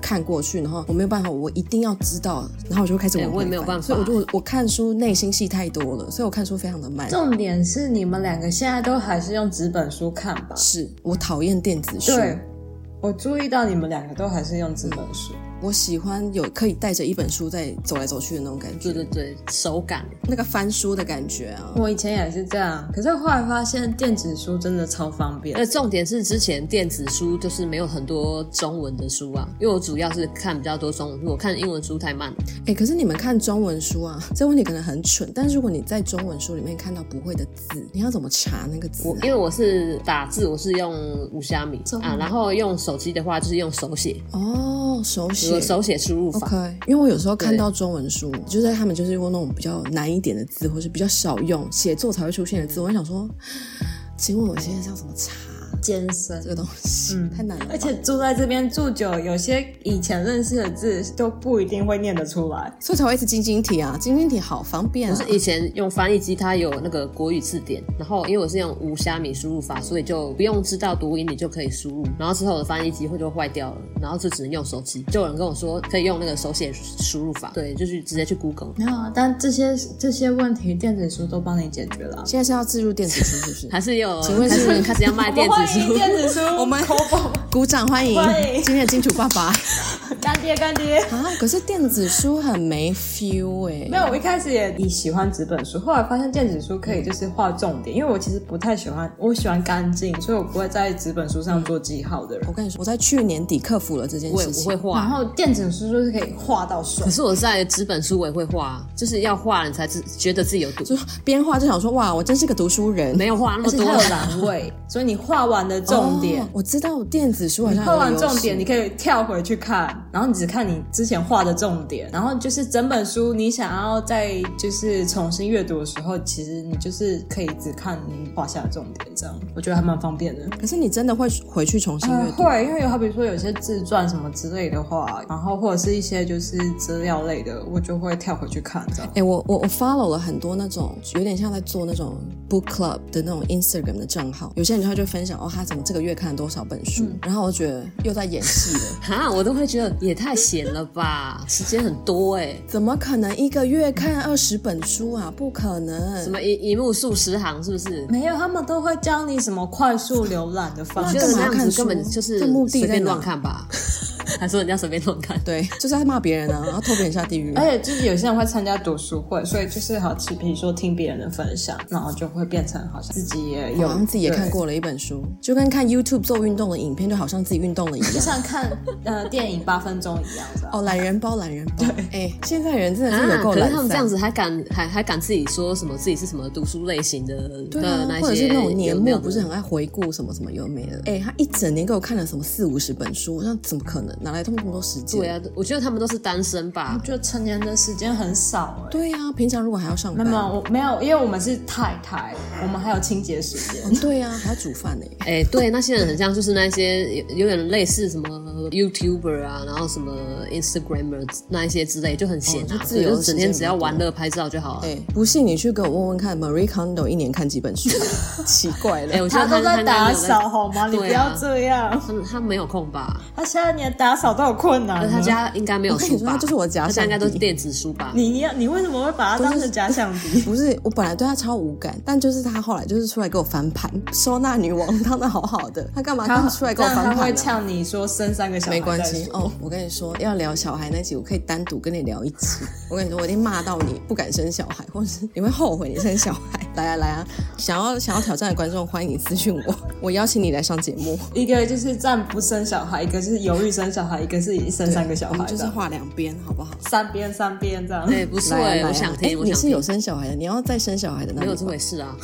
Speaker 1: 看过去，然后我没有办法，我一定要知道，然后我就开始往
Speaker 2: 哎
Speaker 1: 回翻、
Speaker 2: 我也没有办法
Speaker 1: 所以我就我看书内心戏太多了，所以我看书非常的慢。
Speaker 3: 重点是你们两个现在都还是用纸本书看吧？
Speaker 1: 是我讨厌电子书，
Speaker 3: 对，我注意到你们两个都还是用纸本书。
Speaker 1: 我喜欢有可以带着一本书在走来走去的那种感觉，
Speaker 2: 对对对，手感。
Speaker 1: 那个翻书的感觉啊。
Speaker 3: 我以前也是这样，可是后来发现电子书真的超方便
Speaker 2: 那。重点是之前电子书就是没有很多中文的书啊，因为我主要是看比较多中文书，我看英文书太慢了。
Speaker 1: 哎、可是你们看中文书啊，这问题可能很蠢，但是如果你在中文书里面看到不会的字，你要怎么查那个字、
Speaker 2: 我
Speaker 1: 啊
Speaker 2: 因？为我是打字，我是用五虾米啊，然后用手机的话就是用手写，
Speaker 1: 哦，手
Speaker 2: 有
Speaker 1: 写
Speaker 2: 手写输入法。
Speaker 1: OK，因为我有时候看到中文书，就是他们就是用那种比较难一点的字，或是比较少用写作才会出现的字，我就想说，请问我现在要怎么查
Speaker 3: 艰深
Speaker 1: 这个东西？
Speaker 3: 嗯
Speaker 1: 太难了吧。
Speaker 3: 而且住在这边住久，有些以前认识的字都不一定会念得出来。
Speaker 1: 所以才会一直晶晶体啊，晶晶体好方便
Speaker 2: 我
Speaker 1: 啊
Speaker 2: 是。以前用翻译机，它有那个国语字典，然后因为我是用无虾米输入法，所以就不用知道读音，你就可以输入。然后之后我的翻译机会就坏掉了，然后就只能用手机。就有人跟我说可以用那个手写输入法，对，就是直接去 Google。
Speaker 3: 没有啊，但这些这些问题电子书都帮你解决了啊。
Speaker 1: 现在是要置入电子书，是不
Speaker 2: 还
Speaker 1: 是？
Speaker 2: 是有，
Speaker 1: 请问
Speaker 2: 还
Speaker 1: 是
Speaker 2: 是开始要卖电子
Speaker 3: 欢迎
Speaker 2: 书？
Speaker 3: 电子书，
Speaker 1: 我们
Speaker 3: 口宝
Speaker 1: 鼓掌欢迎
Speaker 3: 欢迎
Speaker 1: 今天的金主爸爸。
Speaker 3: 干爹干爹。
Speaker 1: 啊，可是电子书很没 feel 哎、
Speaker 3: 没有，我一开始也以喜欢纸本书，后来发现电子书可以就是画重点，因为我其实不太喜欢，我喜欢干净，所以我不会在纸本书上做记号的人。
Speaker 1: 我跟你说，我在去年底克服了这件
Speaker 2: 我
Speaker 1: 事
Speaker 2: 也不
Speaker 1: 情。
Speaker 2: 会画。
Speaker 3: 然后电子书就是可以画到爽
Speaker 2: 可，是我在纸本书我也会画，就是要画你才自觉得自己有读，
Speaker 1: 就边画就想说，哇，我真是个读书人。
Speaker 2: 没有画那
Speaker 3: 而
Speaker 2: 么
Speaker 3: 且
Speaker 2: 多，
Speaker 3: 它。有栏 位，所以你画完的重点
Speaker 1: 哦，我知道电子书好像
Speaker 3: 画完
Speaker 1: 有优
Speaker 3: 重点，
Speaker 1: 势
Speaker 3: 你可以跳回去看，然后你只看你之前画的重点，然后就是整本书你想要再就是重新阅读的时候，其实你就是可以只看你画下的重点，这样我觉得还蛮方便的。
Speaker 1: 可是你真的会回去重新阅
Speaker 3: 呃，
Speaker 1: 读？
Speaker 3: 会，因为有好比说有些自传什么之类的话，然后或者是一些就是资料类的，我就会跳回去看这样
Speaker 1: 哎、。我我我 follow 了很多那种有点像在做那种 book club 的那种 Instagram 的账号，有些人他就分享哦，他怎么这个月看了多少本书，然后我觉得又在演戏了
Speaker 2: 哈，我都会觉得也太闲了吧，时间很多哎、
Speaker 1: 怎么可能一个月看二十本书啊？不可
Speaker 2: 什
Speaker 1: 能！
Speaker 2: 么一一目数十行是不是？
Speaker 3: 没有，他们都会教你什么快速浏览的方
Speaker 2: 我
Speaker 3: 式
Speaker 2: 觉得
Speaker 1: 干
Speaker 2: 这
Speaker 1: 嘛
Speaker 2: 样
Speaker 1: 看
Speaker 2: 子
Speaker 1: 书
Speaker 2: 根本就是
Speaker 1: 这目的
Speaker 2: 随便
Speaker 1: 在哪
Speaker 2: 乱 看吧，还说人家随便乱看。
Speaker 1: 对，就是在骂别人啊，然后拖别人下地狱啊、
Speaker 2: 哎
Speaker 3: 而且就是有些人会参加读书会，所以就是好奇，比如说听别人的分享，然后就会变成好像自己也有，
Speaker 1: 好哦像自己也看过了一本书，就跟看 YouTube 做运动的影片，就好像自己运动了一
Speaker 3: 对，就
Speaker 1: 样。
Speaker 3: 像看呃电影八分钟一样的。
Speaker 1: 哦，懒人包，懒人包。哎、现在人真的是
Speaker 2: 啊
Speaker 1: 有！够
Speaker 2: 可是
Speaker 1: 懒
Speaker 2: 他
Speaker 1: 散。
Speaker 2: 们这样子还敢还还敢自己说什么自己是什么读书类型的
Speaker 1: 对
Speaker 2: 的
Speaker 1: 啊
Speaker 2: 那，些，
Speaker 1: 或者是那种年
Speaker 2: 有没有
Speaker 1: 末
Speaker 2: 的
Speaker 1: 不是很爱回顾什么什么有的没的？哎，他一整年给我看了什么四五十本书，我想怎么可能哪来这么多时间？
Speaker 2: 对啊，我觉得他们都是单身吧
Speaker 3: 我，觉得成年的时间很少哎、
Speaker 1: 对啊，平常如果还要上
Speaker 3: 没
Speaker 1: 班，
Speaker 3: 有没有，我没有，因为我们是太太，我们还有清洁时间。
Speaker 1: 对啊，还要煮饭 呢。
Speaker 2: 哎、对，那些人很像就是那些有有点类似什么 YouTuber 啊，然后什么 Instagramer 那一些之类，就很闲啊，
Speaker 1: 哦就
Speaker 2: 所
Speaker 1: 自
Speaker 2: 以
Speaker 1: 由
Speaker 2: 就
Speaker 1: 的时
Speaker 2: 整
Speaker 1: 间
Speaker 2: 天
Speaker 1: 比
Speaker 2: 只
Speaker 1: 较
Speaker 2: 要
Speaker 1: 多
Speaker 2: 玩乐拍照就好了。啊
Speaker 1: 哎，不信你去给我问问看，Marie Kondo 一年看几 本书？奇怪
Speaker 2: 哎、
Speaker 1: 了，
Speaker 2: 我觉
Speaker 3: 他
Speaker 2: 得他
Speaker 3: 都在
Speaker 2: 应该没
Speaker 3: 打
Speaker 2: 有在
Speaker 3: 扫好吗？你不
Speaker 2: 对啊
Speaker 3: 要这样，
Speaker 2: 他他没有空吧？
Speaker 3: 他现在连打扫都有困难
Speaker 2: 而
Speaker 3: 了。
Speaker 2: 他家应该没
Speaker 1: 嗯
Speaker 2: 有
Speaker 1: 我跟
Speaker 2: 书
Speaker 1: 你说
Speaker 2: 吧？
Speaker 1: 他就是我的假
Speaker 2: 他家
Speaker 1: 想
Speaker 2: 应该都是
Speaker 1: 敌
Speaker 2: 电子书吧？
Speaker 3: 你要你为什么会把他当成假想敌？
Speaker 1: 不是，我本来对他超无感，但就是他后来就是出来给我翻盘，收纳女王当的好好的，他干嘛刚出来给我
Speaker 3: 这样
Speaker 1: 翻
Speaker 3: 他
Speaker 1: 盘
Speaker 3: 会
Speaker 1: 啊？
Speaker 3: 呛你说生三个小孩
Speaker 1: 没关系
Speaker 3: 再说
Speaker 1: 哦，我跟你说，要聊小孩那集，我可以单独跟你聊一集。我跟你说，我一定骂到你不敢生小孩，或者是你会后悔你生小孩。来啊来啊，想要想要挑战的观众，欢迎你私讯我，我邀请你来上节目。
Speaker 3: 一个就是暂不生小孩，一个是犹豫生小孩，一个是生三个小
Speaker 1: 我
Speaker 3: 孩
Speaker 1: 们
Speaker 3: 这
Speaker 1: 嗯就是
Speaker 3: 样，
Speaker 1: 画两边，好不好？
Speaker 3: 三边三边这样。
Speaker 2: 哎、不错
Speaker 1: 来啊
Speaker 2: 哎、
Speaker 1: 来啊
Speaker 2: 我想
Speaker 1: 哎
Speaker 2: 听，我
Speaker 1: 你
Speaker 2: 想
Speaker 1: 是有
Speaker 2: 听。
Speaker 1: 生小孩的，你要再生小孩的那
Speaker 2: 没有
Speaker 1: 里
Speaker 2: 这
Speaker 1: 吧
Speaker 2: 回事啊！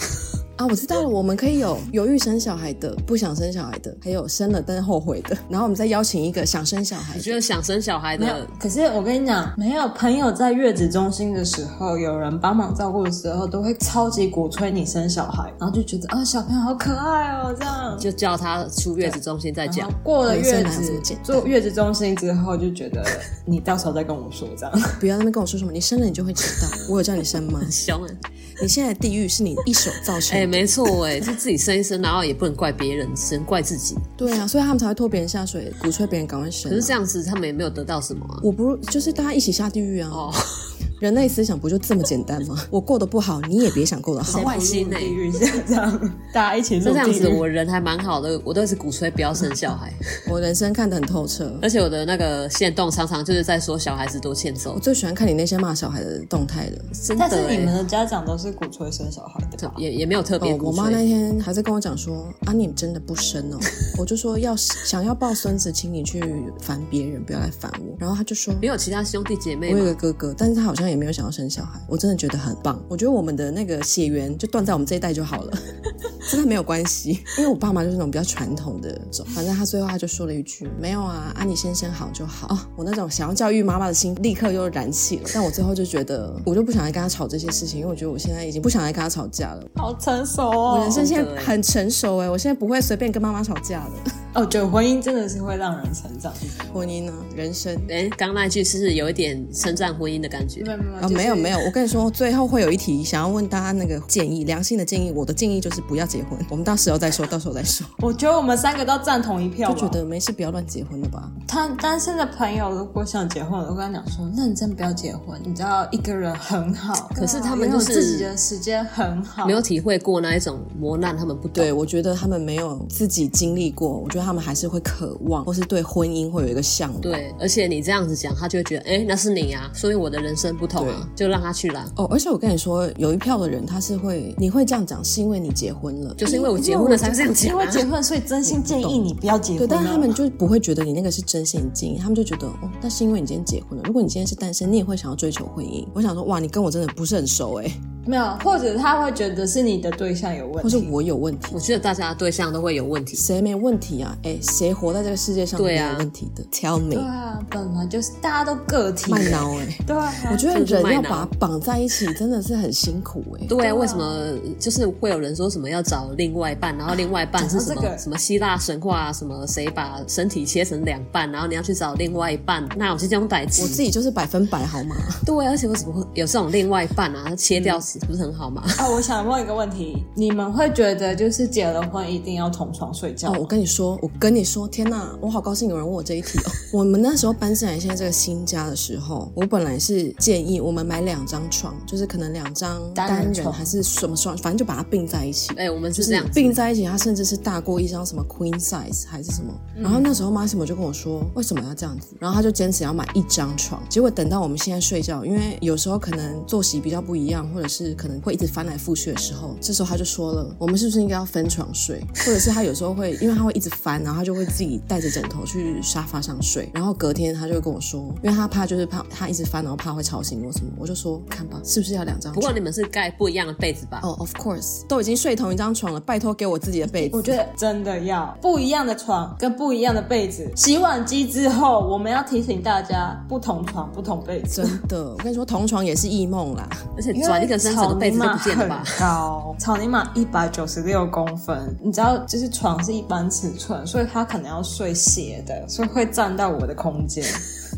Speaker 1: 啊，我知道了，我们可以有犹豫生小孩的，不想生小孩的，还有生了但是后悔的，然后我们再邀请一个想生小孩
Speaker 2: 我
Speaker 1: 的。
Speaker 2: 觉得想生小孩
Speaker 3: 没有
Speaker 2: 的，，
Speaker 3: 呃可是我跟你讲，没有朋友在月子中心的时候，有人帮忙照顾的时候，都会超级鼓吹你生小孩，然后就觉得啊，小朋友好可爱哦，这样。
Speaker 2: 就叫他出月子中心再
Speaker 3: 然
Speaker 2: 讲
Speaker 3: 后。过了月
Speaker 1: 人生哪有这
Speaker 3: 子
Speaker 1: 么简单
Speaker 3: 做月子中心之后，就觉 得你到时候再跟我说这样。
Speaker 1: 不要在那边跟我说什么，你生了你就会知道。我有叫你生吗？
Speaker 2: 凶哎、
Speaker 1: 你现在的地狱是你一手造成
Speaker 2: 哎、
Speaker 1: 的。
Speaker 2: 没错哎、就自己生一生，然后也不能怪别人，只能怪自己。
Speaker 1: 对啊，所以他们才会拖别人下水，鼓吹别人赶快生、啊
Speaker 2: 可是这，样子，他们也没有得到什么啊。
Speaker 1: 我不如就是大家一起下地狱啊！
Speaker 2: 哦，
Speaker 1: 人类思想不就这么简单吗？ 我过得不好，你也别想过得好。欸
Speaker 2: 外星 哎、
Speaker 3: 地狱下这样，大家一起入
Speaker 2: 那这样
Speaker 3: 地
Speaker 2: 子，
Speaker 3: 狱。
Speaker 2: 我人还蛮好的，我都是鼓吹不要生小孩，
Speaker 1: 我人生看得很透彻。
Speaker 2: 而且我的那个线动常常就是在说小孩子多欠
Speaker 1: 我
Speaker 2: 揍，
Speaker 1: 最喜欢看你那些骂小孩的动态了。
Speaker 2: 真的、
Speaker 3: 但
Speaker 2: 欸。
Speaker 3: 是你们的家长都是鼓吹生小孩的吧？
Speaker 2: 也也没有特别
Speaker 1: 哦，我
Speaker 2: 鼓吹。
Speaker 1: 妈那天还在跟我讲说啊，你真的不 生哦，我就说要是想要抱孙子，请你去烦别人，不要来烦我。然后她就说，
Speaker 2: 没有其他兄弟姐妹
Speaker 1: 我有
Speaker 2: 吗？
Speaker 1: 个哥哥，但是他好像也没有想要生小孩，我真的觉得很棒。我觉得我们的那个血缘就断在我们这一代就好了， 真的没有关系。因为我爸妈就是那种比较传统的种，反正他最后他就说了一句：“没有啊，啊你先生好就好。啊我那种想要教育妈妈的心立刻又燃起了，但我最后就觉得我就不想来跟他吵这些事情，因为我觉得我现在已经不想来跟他吵架了。
Speaker 3: 好成熟
Speaker 1: 我
Speaker 3: 哦
Speaker 1: 人！生现
Speaker 2: 真
Speaker 1: 在
Speaker 2: 的欸
Speaker 1: 很成熟哎、我现在不会随便跟妈妈吵架了。
Speaker 3: 哦，对，婚姻真的是会让人成长。
Speaker 1: 婚姻呢，人生。
Speaker 2: 哎，刚那一句是不是有一点称赞婚姻的感觉
Speaker 3: 没？有没有
Speaker 1: 啊、没有没有，我跟你说，最后会有一题想要问大家那个建议，良性的建议。我的建议就是不要结婚，我们到时候再说，到时候再说。
Speaker 3: 我觉得我们三个都赞同一票
Speaker 1: 就
Speaker 3: 吧。
Speaker 1: 觉得没事，不要乱结婚了吧？
Speaker 3: 他单身的朋友如果想结婚，我都跟他讲说，认真不要结婚，你知道一个人很好，
Speaker 1: 啊
Speaker 2: 可是他们
Speaker 3: 拥有
Speaker 2: 就是
Speaker 3: 自己的时间很好，
Speaker 2: 没有体会过那一种磨难，他们不懂。
Speaker 1: 对，我觉得他们没有自己经历过，我觉得所以他们还是会渴望，或是对婚姻会有一个向往。
Speaker 2: 对，而且你这样子讲，他就会觉得，哎、那是你啊，所以我的人生不同啊，就让他去啦。
Speaker 1: 哦，而且我跟你说，有一票的人他是会，你会这样讲，是因为你结婚了，
Speaker 2: 就是因为我结婚了才会这样
Speaker 3: 因
Speaker 2: 讲、
Speaker 3: 为
Speaker 2: 啊。
Speaker 3: 结婚，所以真心建议你不要结婚啊。
Speaker 1: 对，但是他们就不会觉得你那个是真心经营，他们就觉得哦，那是因为你今天结婚了。如果你今天是单身，你也会想要追求婚姻。我想说，哇，你跟我真的不是很熟哎、
Speaker 3: 没有，或者他会觉得是你的对象有问
Speaker 1: 或是
Speaker 3: 题，
Speaker 1: 我有问题
Speaker 2: 我，觉得大家的对象都会有问题，
Speaker 1: 谁没问题啊？哎，谁活在这个世界上没
Speaker 2: 对啊
Speaker 1: 有问题的、t e l l
Speaker 3: 对
Speaker 1: me，
Speaker 3: 啊，本来就是大家都个体，
Speaker 1: 卖挠哎。
Speaker 3: 对啊，
Speaker 1: 我觉得
Speaker 2: 真的是
Speaker 1: 人
Speaker 2: 卖
Speaker 1: 要
Speaker 2: 脑
Speaker 1: 把绑在一起真的是很辛苦哎、
Speaker 2: 对啊，为什么就是会有人说什么要找另外一半，然后另外一半是什么、
Speaker 3: 讲到这个
Speaker 2: 什么希腊神话啊，什么谁把身体切成两半，然后你要去找另外一半，那我是这种代志。
Speaker 1: 我自己就是百分百 好吗？
Speaker 2: 对啊，而且为什么会有这种另外一半啊？切掉死不是很好吗？
Speaker 3: 哦，我想问一个问题，你们会觉得就是结了婚一定要同床睡觉
Speaker 1: 哦
Speaker 3: 吗？，
Speaker 1: 我跟你说，我跟你说，天哪，我好高兴有人问我这一题哦。 我们那时候搬进来现在这个新家的时候，我本来是建议我们买两张床，就是可能两张
Speaker 3: 单人
Speaker 1: 单人
Speaker 3: 床
Speaker 1: 还是什么床，反正就把它并在一起。
Speaker 2: 哎、我们
Speaker 1: 就是是
Speaker 2: 这样子，
Speaker 1: 并在一起，它甚至是大过一张什么 queen size 还是什么。
Speaker 2: 嗯
Speaker 1: 然后那时候妈什么就跟我说，为什么要这样子？然后他就坚持要买一张床。结果等到我们现在睡觉，因为有时候可能作息比较不一样，或者是可能会一直翻来覆去的时候，这时候他就说了，我们是不是应该要分床睡？或者是他有时候会，因为他会一直翻，然后他就会自己带着枕头去沙发上睡。然后隔天他就会跟我说，因为他怕就是怕他一直翻，然后怕会吵醒我什么。我就说看吧，是不是要两张
Speaker 2: 不
Speaker 1: 床？
Speaker 2: 过你们是盖不一样的被子吧？
Speaker 1: 哦、o f course，都已经睡同一张床了，拜托给我自己的被子。
Speaker 3: 我觉得真的要不一样的床跟不一样的被子。洗碗机之后，我们要提醒大家，不同床不同被子。
Speaker 1: 真的，我跟你说，同床也是异梦啦。
Speaker 2: 而且转一个身，整个被子都不见了吧？
Speaker 3: 很高，草泥马一百九十六公分，你知道，就是床是一般尺寸，所以它可能要睡斜的，所以会占到我的空间。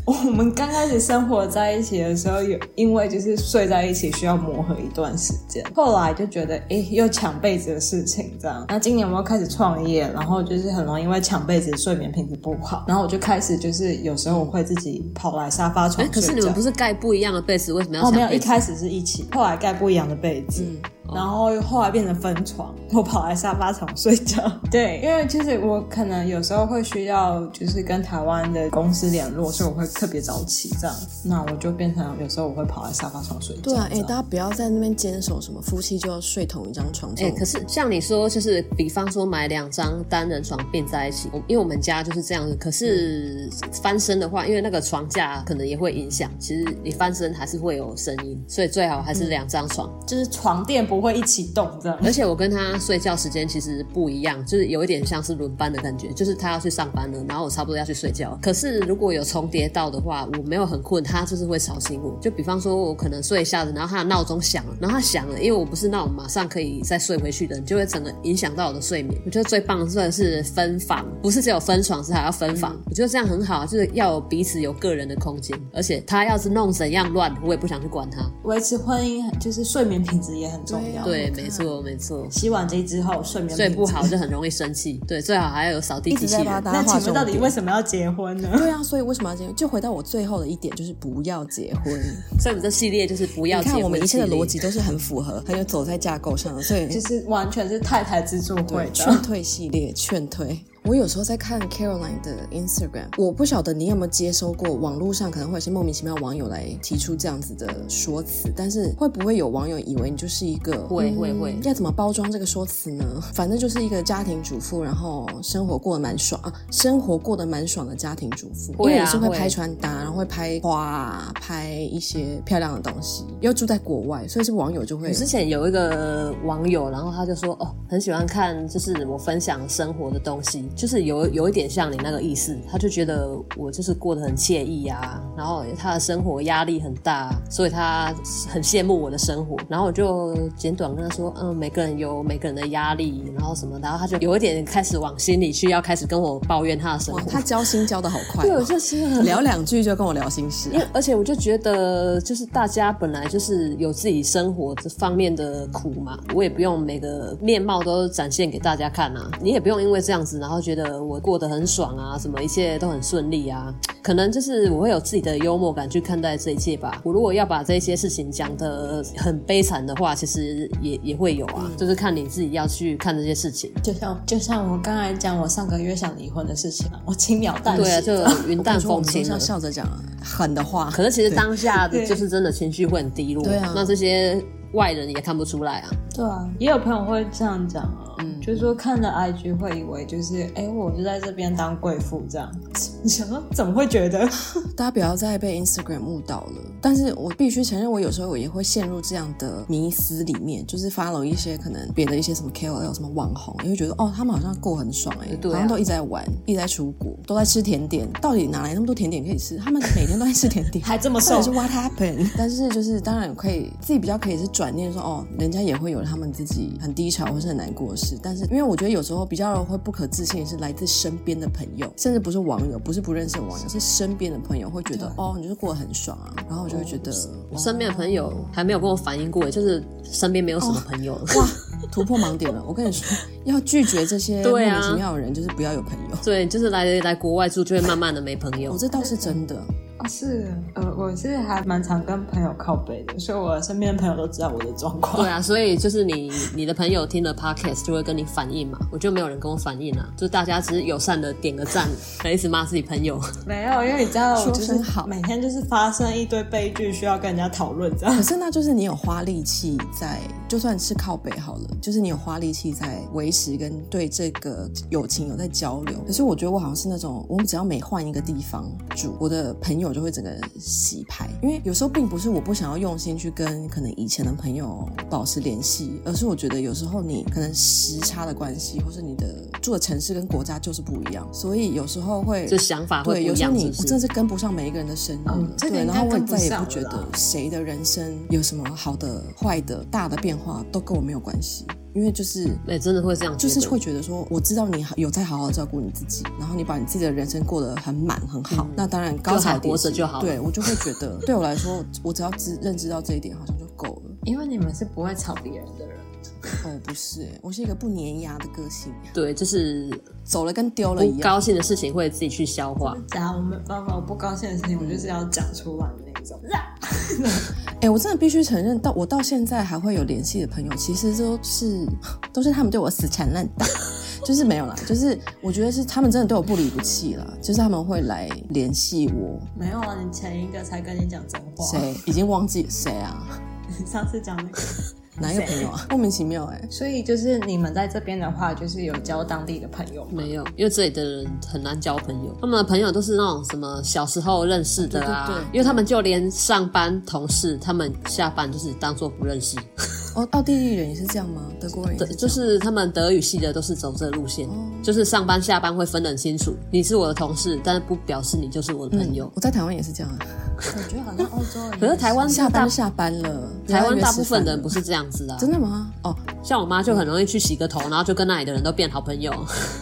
Speaker 3: 我们刚开始生活在一起的时候，有因为就是睡在一起需要磨合一段时间，后来就觉得诶，又抢被子的事情这样。那今年我又开始创业，然后就是很容易因为抢被子睡眠品质不好，然后我就开始就是有时候我会自己跑来沙发
Speaker 2: 哎、
Speaker 3: 床睡
Speaker 2: 可
Speaker 3: 觉。
Speaker 2: 是你们不是盖不一样的被子，为什么要
Speaker 3: 哦，
Speaker 2: 抢
Speaker 3: 没有，
Speaker 2: 被嗯哦
Speaker 3: 一
Speaker 2: 子？
Speaker 3: 开始是一起，后来盖不一样的被子。然后后来变成分床，我跑来沙发床睡觉。 对，因为就是我可能有时候会需要，就是跟台湾的公司联络，所以我会特别早起这样。那我就变成有时候我会跑来沙发床睡觉。
Speaker 1: 对啊，哎、
Speaker 3: 这样
Speaker 1: 大家不要在那边坚守什么夫妻就要睡同一张床这
Speaker 2: 哎、
Speaker 1: 种。
Speaker 2: 可是像你说，就是比方说买两张单人床并在一起，我因为我们家就是这样子。可是
Speaker 3: 嗯
Speaker 2: 翻身的话，因为那个床架可能也会影响，其实你翻身还是会有声音，所以最好
Speaker 3: 嗯
Speaker 2: 还是两张床。
Speaker 3: 就是床垫不会一起动这样。
Speaker 2: 而且我跟他睡觉时间其实不一样，就是有一点像是轮班的感觉，就是他要去上班了，然后我差不多要去睡觉。可是如果有重叠到的话，我没有很困，他就是会吵醒我。就比方说，我可能睡一下子，然后他的闹钟响了，然后他响了，因为我不是那种马上可以再睡回去的，你就会整个影响到我的睡眠。我觉得最棒的真的是分房，不是只有分床，是还要分房。我觉得这样很好，啊就是要有彼此有个人的空间。而且他要是弄怎样乱，我也不想去管他。
Speaker 3: 维持婚姻就是睡眠品质也很重要。
Speaker 2: 对，没错，没错。
Speaker 3: 洗碗机之后睡眠
Speaker 2: 睡
Speaker 3: 品质
Speaker 2: 不好。就很容易生气。对，最好还要有扫地
Speaker 1: 一
Speaker 2: 机
Speaker 1: 直在
Speaker 2: 器
Speaker 1: 帮
Speaker 2: 人。
Speaker 1: 大家
Speaker 3: 那
Speaker 1: 画
Speaker 3: 请问
Speaker 1: 重
Speaker 3: 到底
Speaker 1: 点
Speaker 3: 为什么要结婚呢？
Speaker 1: 对啊，所以为什么要结婚？就回到我最后的一点，就是不要结婚。
Speaker 2: 所以我们这系列就是不要
Speaker 1: 你
Speaker 2: 结
Speaker 1: 看
Speaker 2: 婚。
Speaker 1: 我们一切的逻，辑都是很符合，很有走在架构上的，所以
Speaker 3: 就是完全是太太自助会
Speaker 1: 对
Speaker 3: 的。
Speaker 1: 劝退系列，劝退。我有时候在看 Caroline 的 Instagram，我不晓得你有没有接收过网络上可能会有些莫名其妙网友来提出这样子的说辞，但是会不会有网友以为你就是一个嗯
Speaker 2: 会会会
Speaker 1: 要怎么包装这个说辞呢？反正就是一个家庭主妇，然后生活过得蛮爽啊，生活过得蛮爽的家庭主妇，
Speaker 2: 会啊
Speaker 1: 因为你是会
Speaker 2: 会
Speaker 1: 拍穿搭，然后会拍花啊，拍一些漂亮的东西，又住在国外，所以这网友就会
Speaker 2: 我之前有一个网友，然后他就说哦，很喜欢看，就是我分享生活的东西，就是有有一点像你那个意思，他就觉得我就是过得很惬意啊，然后他的生活压力很大，所以他很羡慕我的生活。然后我就简短跟他说，嗯，每个人有每个人的压力，然后什么，然后他就有一点开始往心里去，要开始跟我抱怨他的生
Speaker 1: 哇
Speaker 2: 活，。
Speaker 1: 他交心交的好快、哦，
Speaker 2: 对，我就是很
Speaker 1: 聊两句就跟我聊心事、啊
Speaker 2: 因为而且我就觉得，就是大家本来就是有自己生活这方面的苦嘛，我也不用每个面貌都展现给大家看啊，你也不用因为这样子，然后觉得我过得很爽啊，什么一切都很顺利啊。可能就是我会有自己的幽默感去看待这一切吧。我如果要把这些事情讲得很悲惨的话，其实也也会有啊，就是看你自己要去看这些事情。
Speaker 3: 就像就像我刚才讲，我上个月想离婚的事情啊，我轻描淡写。
Speaker 2: 对啊，就云淡
Speaker 1: 你说我
Speaker 2: 风
Speaker 1: 们
Speaker 2: 轻
Speaker 1: 是
Speaker 2: 了
Speaker 1: 要。笑着讲啊狠的话，
Speaker 2: 可是其实
Speaker 1: 对
Speaker 2: 当下
Speaker 3: 对
Speaker 2: 就是真的情绪会很低落，
Speaker 1: 对啊
Speaker 2: 那这些外人也看不出来啊。
Speaker 3: 对啊，也有朋友会这样讲啊，就是说看了 IG 会以为就是，哎，我就在这边当贵妇这样， 你想说怎么会觉得？
Speaker 1: 大家不要再被 Instagram 误导了。但是我必须承认，我有时候我也会陷入这样的迷思里面，就是 follow 一些可能别的一些什么 KOL、什么网红，你会觉得哦，他们好像过很爽哎、
Speaker 2: 对啊
Speaker 1: 好像都一直在玩，一直在出国，都在吃甜点。到底哪来那么多甜点可以吃？他们每天都在吃甜 点，
Speaker 3: 还这么
Speaker 1: 到
Speaker 3: 瘦
Speaker 1: 底是 What happened？但 是就是当然可以自己比较可以是转念说哦，人家也会有他们自己很低潮或是很难过的事。但是因为我觉得有时候比较会不可置信是来自身边的朋友，甚至不是网友，不是不认识的网友，是身边的朋友会觉得哦，你就是过得很爽啊，然后我就会觉得、
Speaker 2: 我身边的朋友还没有跟我反映过，就是身边没有什么朋 友。
Speaker 1: 哇，突破盲点了。我跟你说，要拒绝这 些莫
Speaker 2: 对啊
Speaker 1: 名其妙的人，就是不要有朋友。
Speaker 2: 对，就是来来国外住就会慢慢的没朋友
Speaker 1: 我。这倒是真的，
Speaker 3: 哦，是，呃，我是还蛮常跟朋友靠背的，所以我身边的朋友都知道我的状况。
Speaker 2: 对啊，所以就是你你的朋友听了 podcast 就会跟你反映嘛，我就没有人跟我反映啊，就大家只是友善的点个赞，还一直骂自己朋友。
Speaker 3: 没有，因为你知道我就
Speaker 1: 说
Speaker 3: 是
Speaker 1: 声好
Speaker 3: 每天就是发生一堆悲剧，需要跟人家讨论这样
Speaker 1: 可。是那就是你有花力气在，就算是靠北好了，就是你有花力气在维持跟对这个友情有在交流。可是我觉得我好像是那种，我们只要每换一个地方住，我的朋友就会整个洗牌。因为有时候并不是我不想要用心去跟可能以前的朋友保持联系，而是我觉得有时候你可能时差的关系，或是你的住的城市跟国家就是不一样，所以有时候会
Speaker 2: 就想法会
Speaker 1: 对，
Speaker 2: 不
Speaker 1: 有
Speaker 2: 一
Speaker 1: 时候
Speaker 2: 样
Speaker 1: 你
Speaker 2: 是不是
Speaker 1: 真的是跟不上每一个人的生日了，
Speaker 3: 嗯这个
Speaker 1: 对，
Speaker 3: 应该
Speaker 1: 然后我也
Speaker 3: 跟不
Speaker 1: 再也
Speaker 3: 上
Speaker 1: 不
Speaker 3: 了
Speaker 1: 觉得
Speaker 3: 啦
Speaker 1: 谁的人生有什么好的、坏的、大的变化都跟我没有关系，因为就是。
Speaker 2: 哎、真的会这样觉
Speaker 1: 就
Speaker 2: 得，
Speaker 1: 是会觉得说，我知道你有在好好照顾你自己，然后你把你自己的人生过得很满很好。那当然高
Speaker 2: 还
Speaker 1: 潮迭
Speaker 2: 活着
Speaker 1: 起
Speaker 2: 嗯就好了
Speaker 1: 对我就会觉 得，对我来说，我只要知认知到这一点，好像就够了。
Speaker 3: 因为你们是不会吵别人的人，
Speaker 1: 哦，不是、欸，我是一个不粘牙的个性，啊
Speaker 2: 对，就是
Speaker 1: 走了跟丢了
Speaker 2: 不
Speaker 1: 一样。
Speaker 2: 高兴的事情会自己去消化。
Speaker 3: 只要我没办法，我不高兴的事情，我就是要讲出来的那种。
Speaker 1: 哎、我真的必须承认，到我到现在还会有联系的朋友，其实都是都是他们对我死缠烂打， 就是没有啦，就是我觉得是他们真的对我不离不弃啦，就是他们会来联系我。
Speaker 3: 没有啊，你前一个才跟你讲真话，
Speaker 1: 谁已经忘记谁啊？
Speaker 3: 你 上次讲那个。
Speaker 1: 哪一个朋友啊？莫名其妙哎、
Speaker 3: 所以就是你们在这边的话，就是有交当地的朋友吗？
Speaker 2: 没有，因为这里的人很难交朋友，他们的朋友都是那种什么小时候认识的啊，
Speaker 1: 对对对
Speaker 2: 因为他们就连上班同事，他们下班就是当做不 认识，
Speaker 1: 哦，奥地利人也是这样吗？德国人也
Speaker 2: 对，
Speaker 1: 是这
Speaker 2: 就
Speaker 1: 样
Speaker 2: 是他们德语系的都是走这路线，
Speaker 1: 哦
Speaker 2: 就是上班下班会分得很清楚，你是我的同事，但是不表示你就是我的朋友。
Speaker 1: 嗯我在台湾也是这样啊，
Speaker 3: 我觉得好像欧洲人也
Speaker 2: 可是台湾
Speaker 1: 下班
Speaker 2: 大
Speaker 1: 就下班了。
Speaker 2: 台湾大部分
Speaker 1: 的
Speaker 2: 人不是这样子的、啊，
Speaker 1: 真的吗？哦，
Speaker 2: 像我妈就很容易去洗个头，然后就跟那里的人都变好 朋友。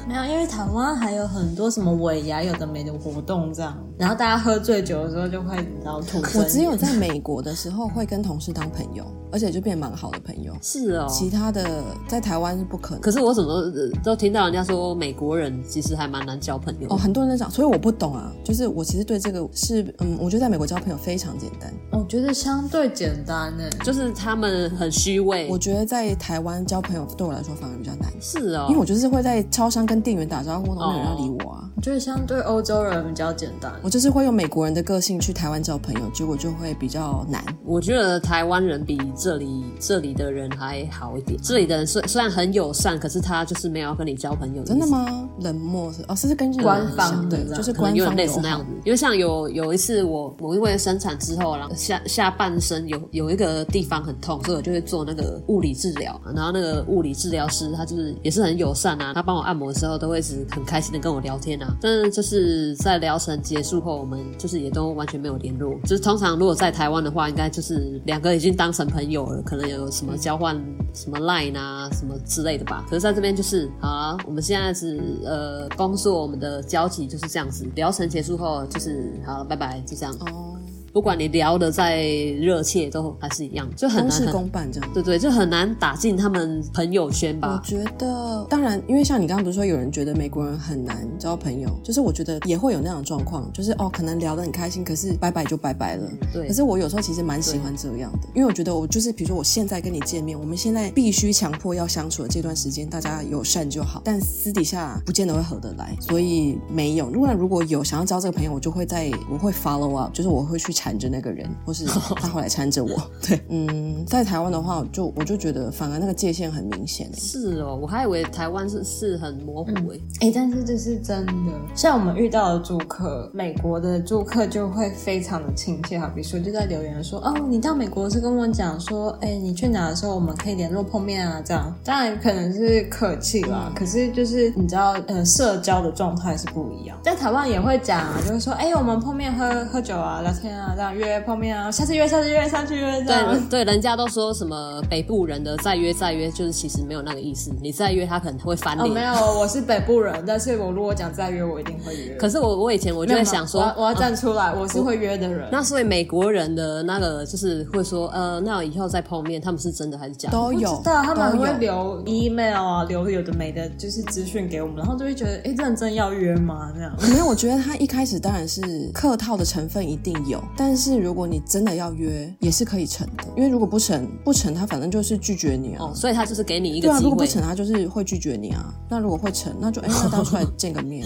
Speaker 3: 没有，因为台湾还有很多什么尾牙有的没的活动这样，然后大家喝醉酒的时候就会你知道吐真言。
Speaker 1: 我只有在美国的时候会跟同事当朋友，而且就变蛮好的朋友。
Speaker 2: 是哦，
Speaker 1: 其他的在台湾是不可能。
Speaker 2: 可是我怎么呃都听到人家说美国人其实还蛮难交朋友的
Speaker 1: 哦，很多人在讲，所以我不懂啊。就是我其实对这个是，嗯，我觉得在美国交朋友非常简单。
Speaker 3: 我觉得相对简单欸呢，
Speaker 2: 就是他们很虚伪
Speaker 1: 我。觉得在台湾交朋友对我来说反而比较难，
Speaker 2: 是哦，
Speaker 1: 因为我就是会在超商跟店员打招呼，都没有人要
Speaker 2: 哦
Speaker 1: 理我啊。
Speaker 3: 我觉得相对欧洲人比较简单。
Speaker 1: 我就是会用美国人的个性去台湾交朋友，结果就会比较难。
Speaker 2: 我觉得台湾人比这里这里的人还好一点。这里的人虽虽然很友善，可是他就是没有要跟你交朋友。
Speaker 1: 真的？
Speaker 2: 嗯
Speaker 1: 吗？冷漠是哦，是不是跟日本
Speaker 3: 官
Speaker 1: 很
Speaker 3: 方
Speaker 1: 像
Speaker 3: 的
Speaker 1: 对，
Speaker 3: 这样
Speaker 1: 就是
Speaker 2: 可能
Speaker 1: 官
Speaker 2: 有
Speaker 1: 方
Speaker 2: 点类似
Speaker 1: 友
Speaker 2: 那
Speaker 1: 好
Speaker 2: 样子，因为像有有一次我我因为生产之后，然后下下半身有有一个地方很痛，所以我就会做那个物理治疗。然后那个物理治疗师他就是也是很友善啊，他帮我按摩的时候都会一直很开心的跟我聊天啊。但是就是在疗程结束后，我们就是也都完全没有联络。就是通常如果在台湾的话，应该就是两个已经当成朋友了，可能有什么交换
Speaker 1: 嗯
Speaker 2: 什么 Line 啊什么之类的吧。可是在这边就是啊，我们现在是呃工作，我们的交集就是这样子。疗程结束后就是好，拜拜，就这样。
Speaker 1: 哦。
Speaker 2: 不管你聊的再热切，都还是一样，就很
Speaker 1: 公
Speaker 2: 难
Speaker 1: 事
Speaker 2: 很
Speaker 1: 公办这样。
Speaker 2: 对对，就很难打进他们朋友圈
Speaker 1: 我
Speaker 2: 吧。
Speaker 1: 觉得，当然，因为像你刚刚不是说有人觉得美国人很难交朋友，就是我觉得也会有那种状况，就是哦，可能聊得很开心，可是拜拜就拜拜了。
Speaker 2: 对
Speaker 1: 可，是我有时候其实蛮喜欢这样的，因为我觉得我就是，比如说我现在跟你见面，我们现在必须强迫要相处的这段时间，大家友善就好，但私底下不见得会合得来，所以没有。如果如果有想要交这个朋友，我就会在我会 follow up，就是我会去缠着那个人，或是他后来缠着我。 对，嗯，在台湾的话，我就我就觉得反而那个界限很明显、欸。
Speaker 2: 是哦，我还以为台湾是是很模
Speaker 1: 嗯
Speaker 2: 糊欸诶、
Speaker 3: 哎、但是这是真的。像我们遇到的住客，美国的住客就会非常的亲切，好比说就在留言说，哦，你到美国是跟我讲说，哎、你去哪的时候我们可以联络碰面啊，这样。当然可能是客气啦，
Speaker 2: 嗯
Speaker 3: 可是就是你知道，呃，社交的状态是不一样。在台湾也会讲啊，就是说，哎、我们碰面喝喝酒啊，聊天啊，这样约碰面啊，下次约，下次约，上次约，这样。
Speaker 1: 嗯
Speaker 2: 对对，人家都说什么北部人的再约再约，就是其实没有那个意思。你再约他可能会翻
Speaker 3: 哦，没
Speaker 2: 脸。
Speaker 3: 有，我是北部人，但是我如果讲再约，我一定会约。
Speaker 2: 可是我我以前我就
Speaker 3: 没有
Speaker 2: 会
Speaker 3: 没有
Speaker 2: 想说
Speaker 3: 我要，我要
Speaker 2: 啊
Speaker 3: 站出来，我是会约的人。
Speaker 2: 那所以美国人的那个就是会说，呃，那以后再碰面，他们是真的还是假的？
Speaker 1: 都有，
Speaker 3: 知道他们
Speaker 1: 都
Speaker 3: 会
Speaker 1: 有
Speaker 3: 留 email 啊，留有的没的，就是资讯给我们，然后就会觉得，哎，认真要约吗？ 这样。
Speaker 1: 没有，我觉得他一开始当然是客套的成分一定有，但是如果你真的要约，也是可以成的，因为如果不成，不成他反正就是拒绝你啊。
Speaker 2: 哦，所以他就是给你一个
Speaker 1: 对啊，
Speaker 2: 机
Speaker 1: 如果
Speaker 2: 会，
Speaker 1: 不成，他就是会拒绝你啊。那如果会成，那就哎，那大家出来见个面，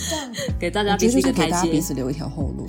Speaker 2: 给大
Speaker 1: 我
Speaker 2: 家
Speaker 1: 觉得就
Speaker 2: 彼此一
Speaker 1: 是
Speaker 2: 个
Speaker 1: 给
Speaker 2: 台
Speaker 1: 大家彼
Speaker 2: 阶。
Speaker 1: 此留一条后路。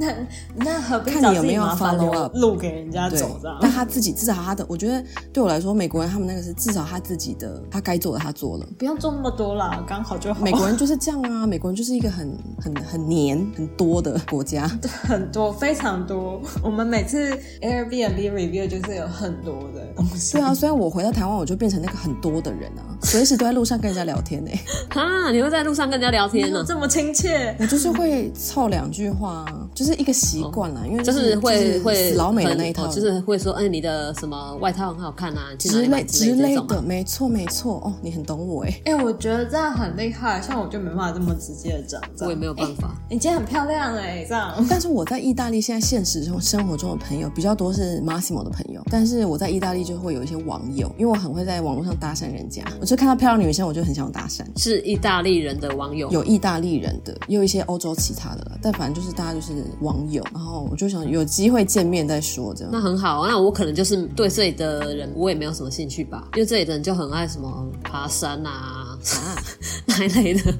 Speaker 3: 那那何必
Speaker 1: 看
Speaker 3: 找
Speaker 1: 你有
Speaker 3: 自己
Speaker 1: 没有
Speaker 3: 麻烦
Speaker 1: follow
Speaker 3: 留
Speaker 1: up
Speaker 3: 路给人家
Speaker 1: 对
Speaker 3: 走啊这样，？
Speaker 1: 但他自己至少他的，我觉得对我来说，美国人他们那个是至少他自己的，他该做的他做了。
Speaker 3: 不要做那么多啦，刚好就好
Speaker 1: 美。国人就是这样啊，美国人就是一个很很很黏很多的国家。
Speaker 3: 很多，非常多。 我们每次 Airbnb review 就是有很多的东西。
Speaker 1: 对啊，所以我回到台湾，我就变成那个很多的人啊，随时都在路上跟人家聊天欸 呢、
Speaker 2: 哈，你会在路上跟人家聊天呢、
Speaker 3: 这么亲切，
Speaker 1: 我就是会凑两句话啊，就是一个习惯啊啦，因为
Speaker 2: 哦就
Speaker 1: 就是
Speaker 2: 会、
Speaker 1: 就是
Speaker 2: 会
Speaker 1: 死老美的
Speaker 2: 很
Speaker 1: 那一套，
Speaker 2: 哦就是会说，哎、你的什么外套很好看啊，你去哪
Speaker 1: 之
Speaker 2: 里买
Speaker 1: 类
Speaker 2: 之
Speaker 1: 之
Speaker 2: 类
Speaker 1: 类
Speaker 2: 这种啊
Speaker 1: 的，
Speaker 2: 嘛。
Speaker 1: 没错没错。哦，你很懂我哎、
Speaker 3: 哎、我觉得这样很厉害，像我就没办法这么直接的讲，这
Speaker 2: 我
Speaker 3: 样
Speaker 2: 也没有办法，
Speaker 3: 你今天很漂亮哎、这样。
Speaker 1: 但是我在意大利现在现实中生活中的朋友比较多是 Massimo 的朋友，但是我在意大利就会有一些网友，因为我很会在网络上搭讪人家，我就看到漂亮女生我就很想搭讪。
Speaker 2: 是意大利人的网友。
Speaker 1: 有意大利人的，也有一些欧洲其他的啦，但反正就是大家就是网友，然后我就想有机会见面再说这样。
Speaker 2: 那很好，啊那我可能就是对这里的人，我也没有什么兴趣吧，因为这里的人就很爱什么爬山啊 那一类的，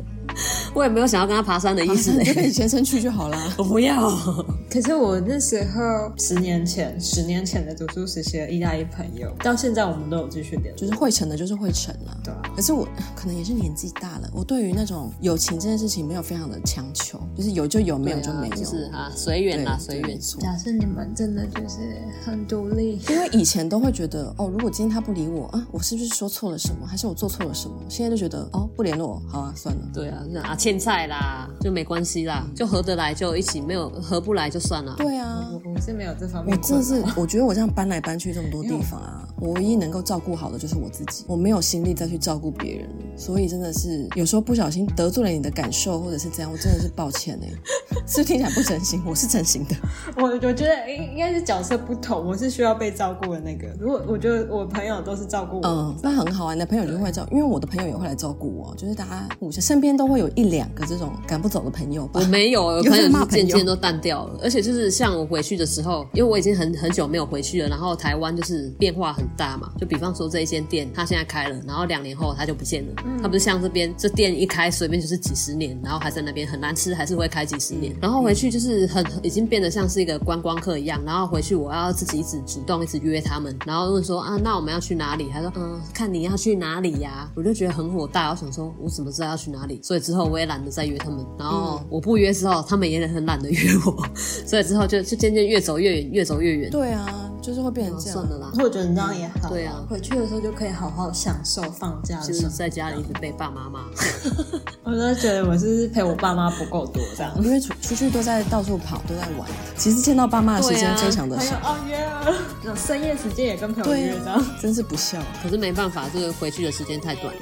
Speaker 2: 我也没有想要跟他爬山的意思、
Speaker 1: 你就
Speaker 2: 欸。
Speaker 1: 跟你先生去就好啦。
Speaker 2: 我不要，
Speaker 3: 可是我那时候十年前，十年前的读书时期的意大利朋友，到现在我们都有继续联络。
Speaker 1: 就是会成的，就是会成啦。
Speaker 3: 对啊，
Speaker 1: 可是我可能也是年纪大了，我对于那种友情这件事情没有非常的强求，就是有就有，没有就没有。
Speaker 2: 对啊就是啊，随缘
Speaker 1: 对
Speaker 2: 啦，
Speaker 1: 对
Speaker 2: 随
Speaker 1: 没
Speaker 2: 缘。
Speaker 1: 错
Speaker 3: 假设你们真的就是很独立，
Speaker 1: 因为以前都会觉得，哦，如果今天他不理我啊，我是不是说错了什么，还是我做错了什么？现在就觉得，哦，不联络，好啊，算了。
Speaker 2: 对啊，那啊欠债啦，就没关系啦，就合得来就一起，没有合不来就算了。
Speaker 1: 对啊，
Speaker 3: 我我是没有这方
Speaker 1: 我
Speaker 3: 面
Speaker 1: 真
Speaker 3: 困
Speaker 1: 的
Speaker 3: 扰。
Speaker 2: 啊
Speaker 1: 是，我觉得我这样搬来搬去这么多地方啊，我唯一能够照顾好的就是我自己，我没有心力再去照顾别人了，所以真的是有时候不小心得罪了你的感受或者是怎样，我真的是抱歉哎、 是不是听起来不真心？我是真心的。
Speaker 3: 我我觉得应应该是角色不同，我是需要被照顾的那个。如果我觉得我朋友都是照顾我，
Speaker 1: 嗯，那很好啊，你的朋友就会照，因为我的朋友也会来照顾我，就是大家互相身边都会有一两个这种赶不走的朋友吧
Speaker 2: 我。没有，我
Speaker 1: 有
Speaker 2: 朋友
Speaker 1: 在
Speaker 2: 就是
Speaker 1: 骂
Speaker 2: 渐
Speaker 1: 朋友
Speaker 2: 渐都淡掉了。而且就是像我回去的时候，因为我已经很很久没有回去了，然后台湾就是变化很大嘛。就比方说这一间店，它现在开了，然后两年后它就不见了。
Speaker 1: 嗯
Speaker 2: 它不是像这边这店一开随便就是几十年，然后还在那边很难吃，还是会开几十
Speaker 1: 嗯
Speaker 2: 年。然后回去就是很已经变得像是一个观光客一样。然后回去我要自己一直主动一直约他们，然后问说啊，那我们要去哪里？他说嗯，看你要去哪里呀、我就觉得很火大，我想说我怎么知道要去哪里？所以之后我也懒得再约他们。然
Speaker 1: 嗯
Speaker 2: 后我不约之后，他们也很懒得约我， 所以之后就就渐渐越走越远，越走越远。
Speaker 1: 对啊，就是会变成这样。
Speaker 2: 哦算了啦，
Speaker 3: 我觉得你这样也好。
Speaker 2: 对啊
Speaker 3: 回去的时候就可以好好享受放假
Speaker 2: 就
Speaker 3: 的时
Speaker 2: 是
Speaker 3: 候。
Speaker 2: 在家里一直被爸妈骂。
Speaker 3: 我都觉得我是陪我爸妈不够多这 样。
Speaker 1: 因为出出去都在到处跑，都在玩，其实见到爸妈的时
Speaker 2: 对啊
Speaker 1: 间非常的
Speaker 3: 朋友
Speaker 1: 少，
Speaker 3: 哦约 啊，那种深夜时间也跟朋友
Speaker 1: 对啊
Speaker 3: 约这样。
Speaker 1: 啊，真是不孝。
Speaker 2: 可是没办法，这个回去的时间太短了。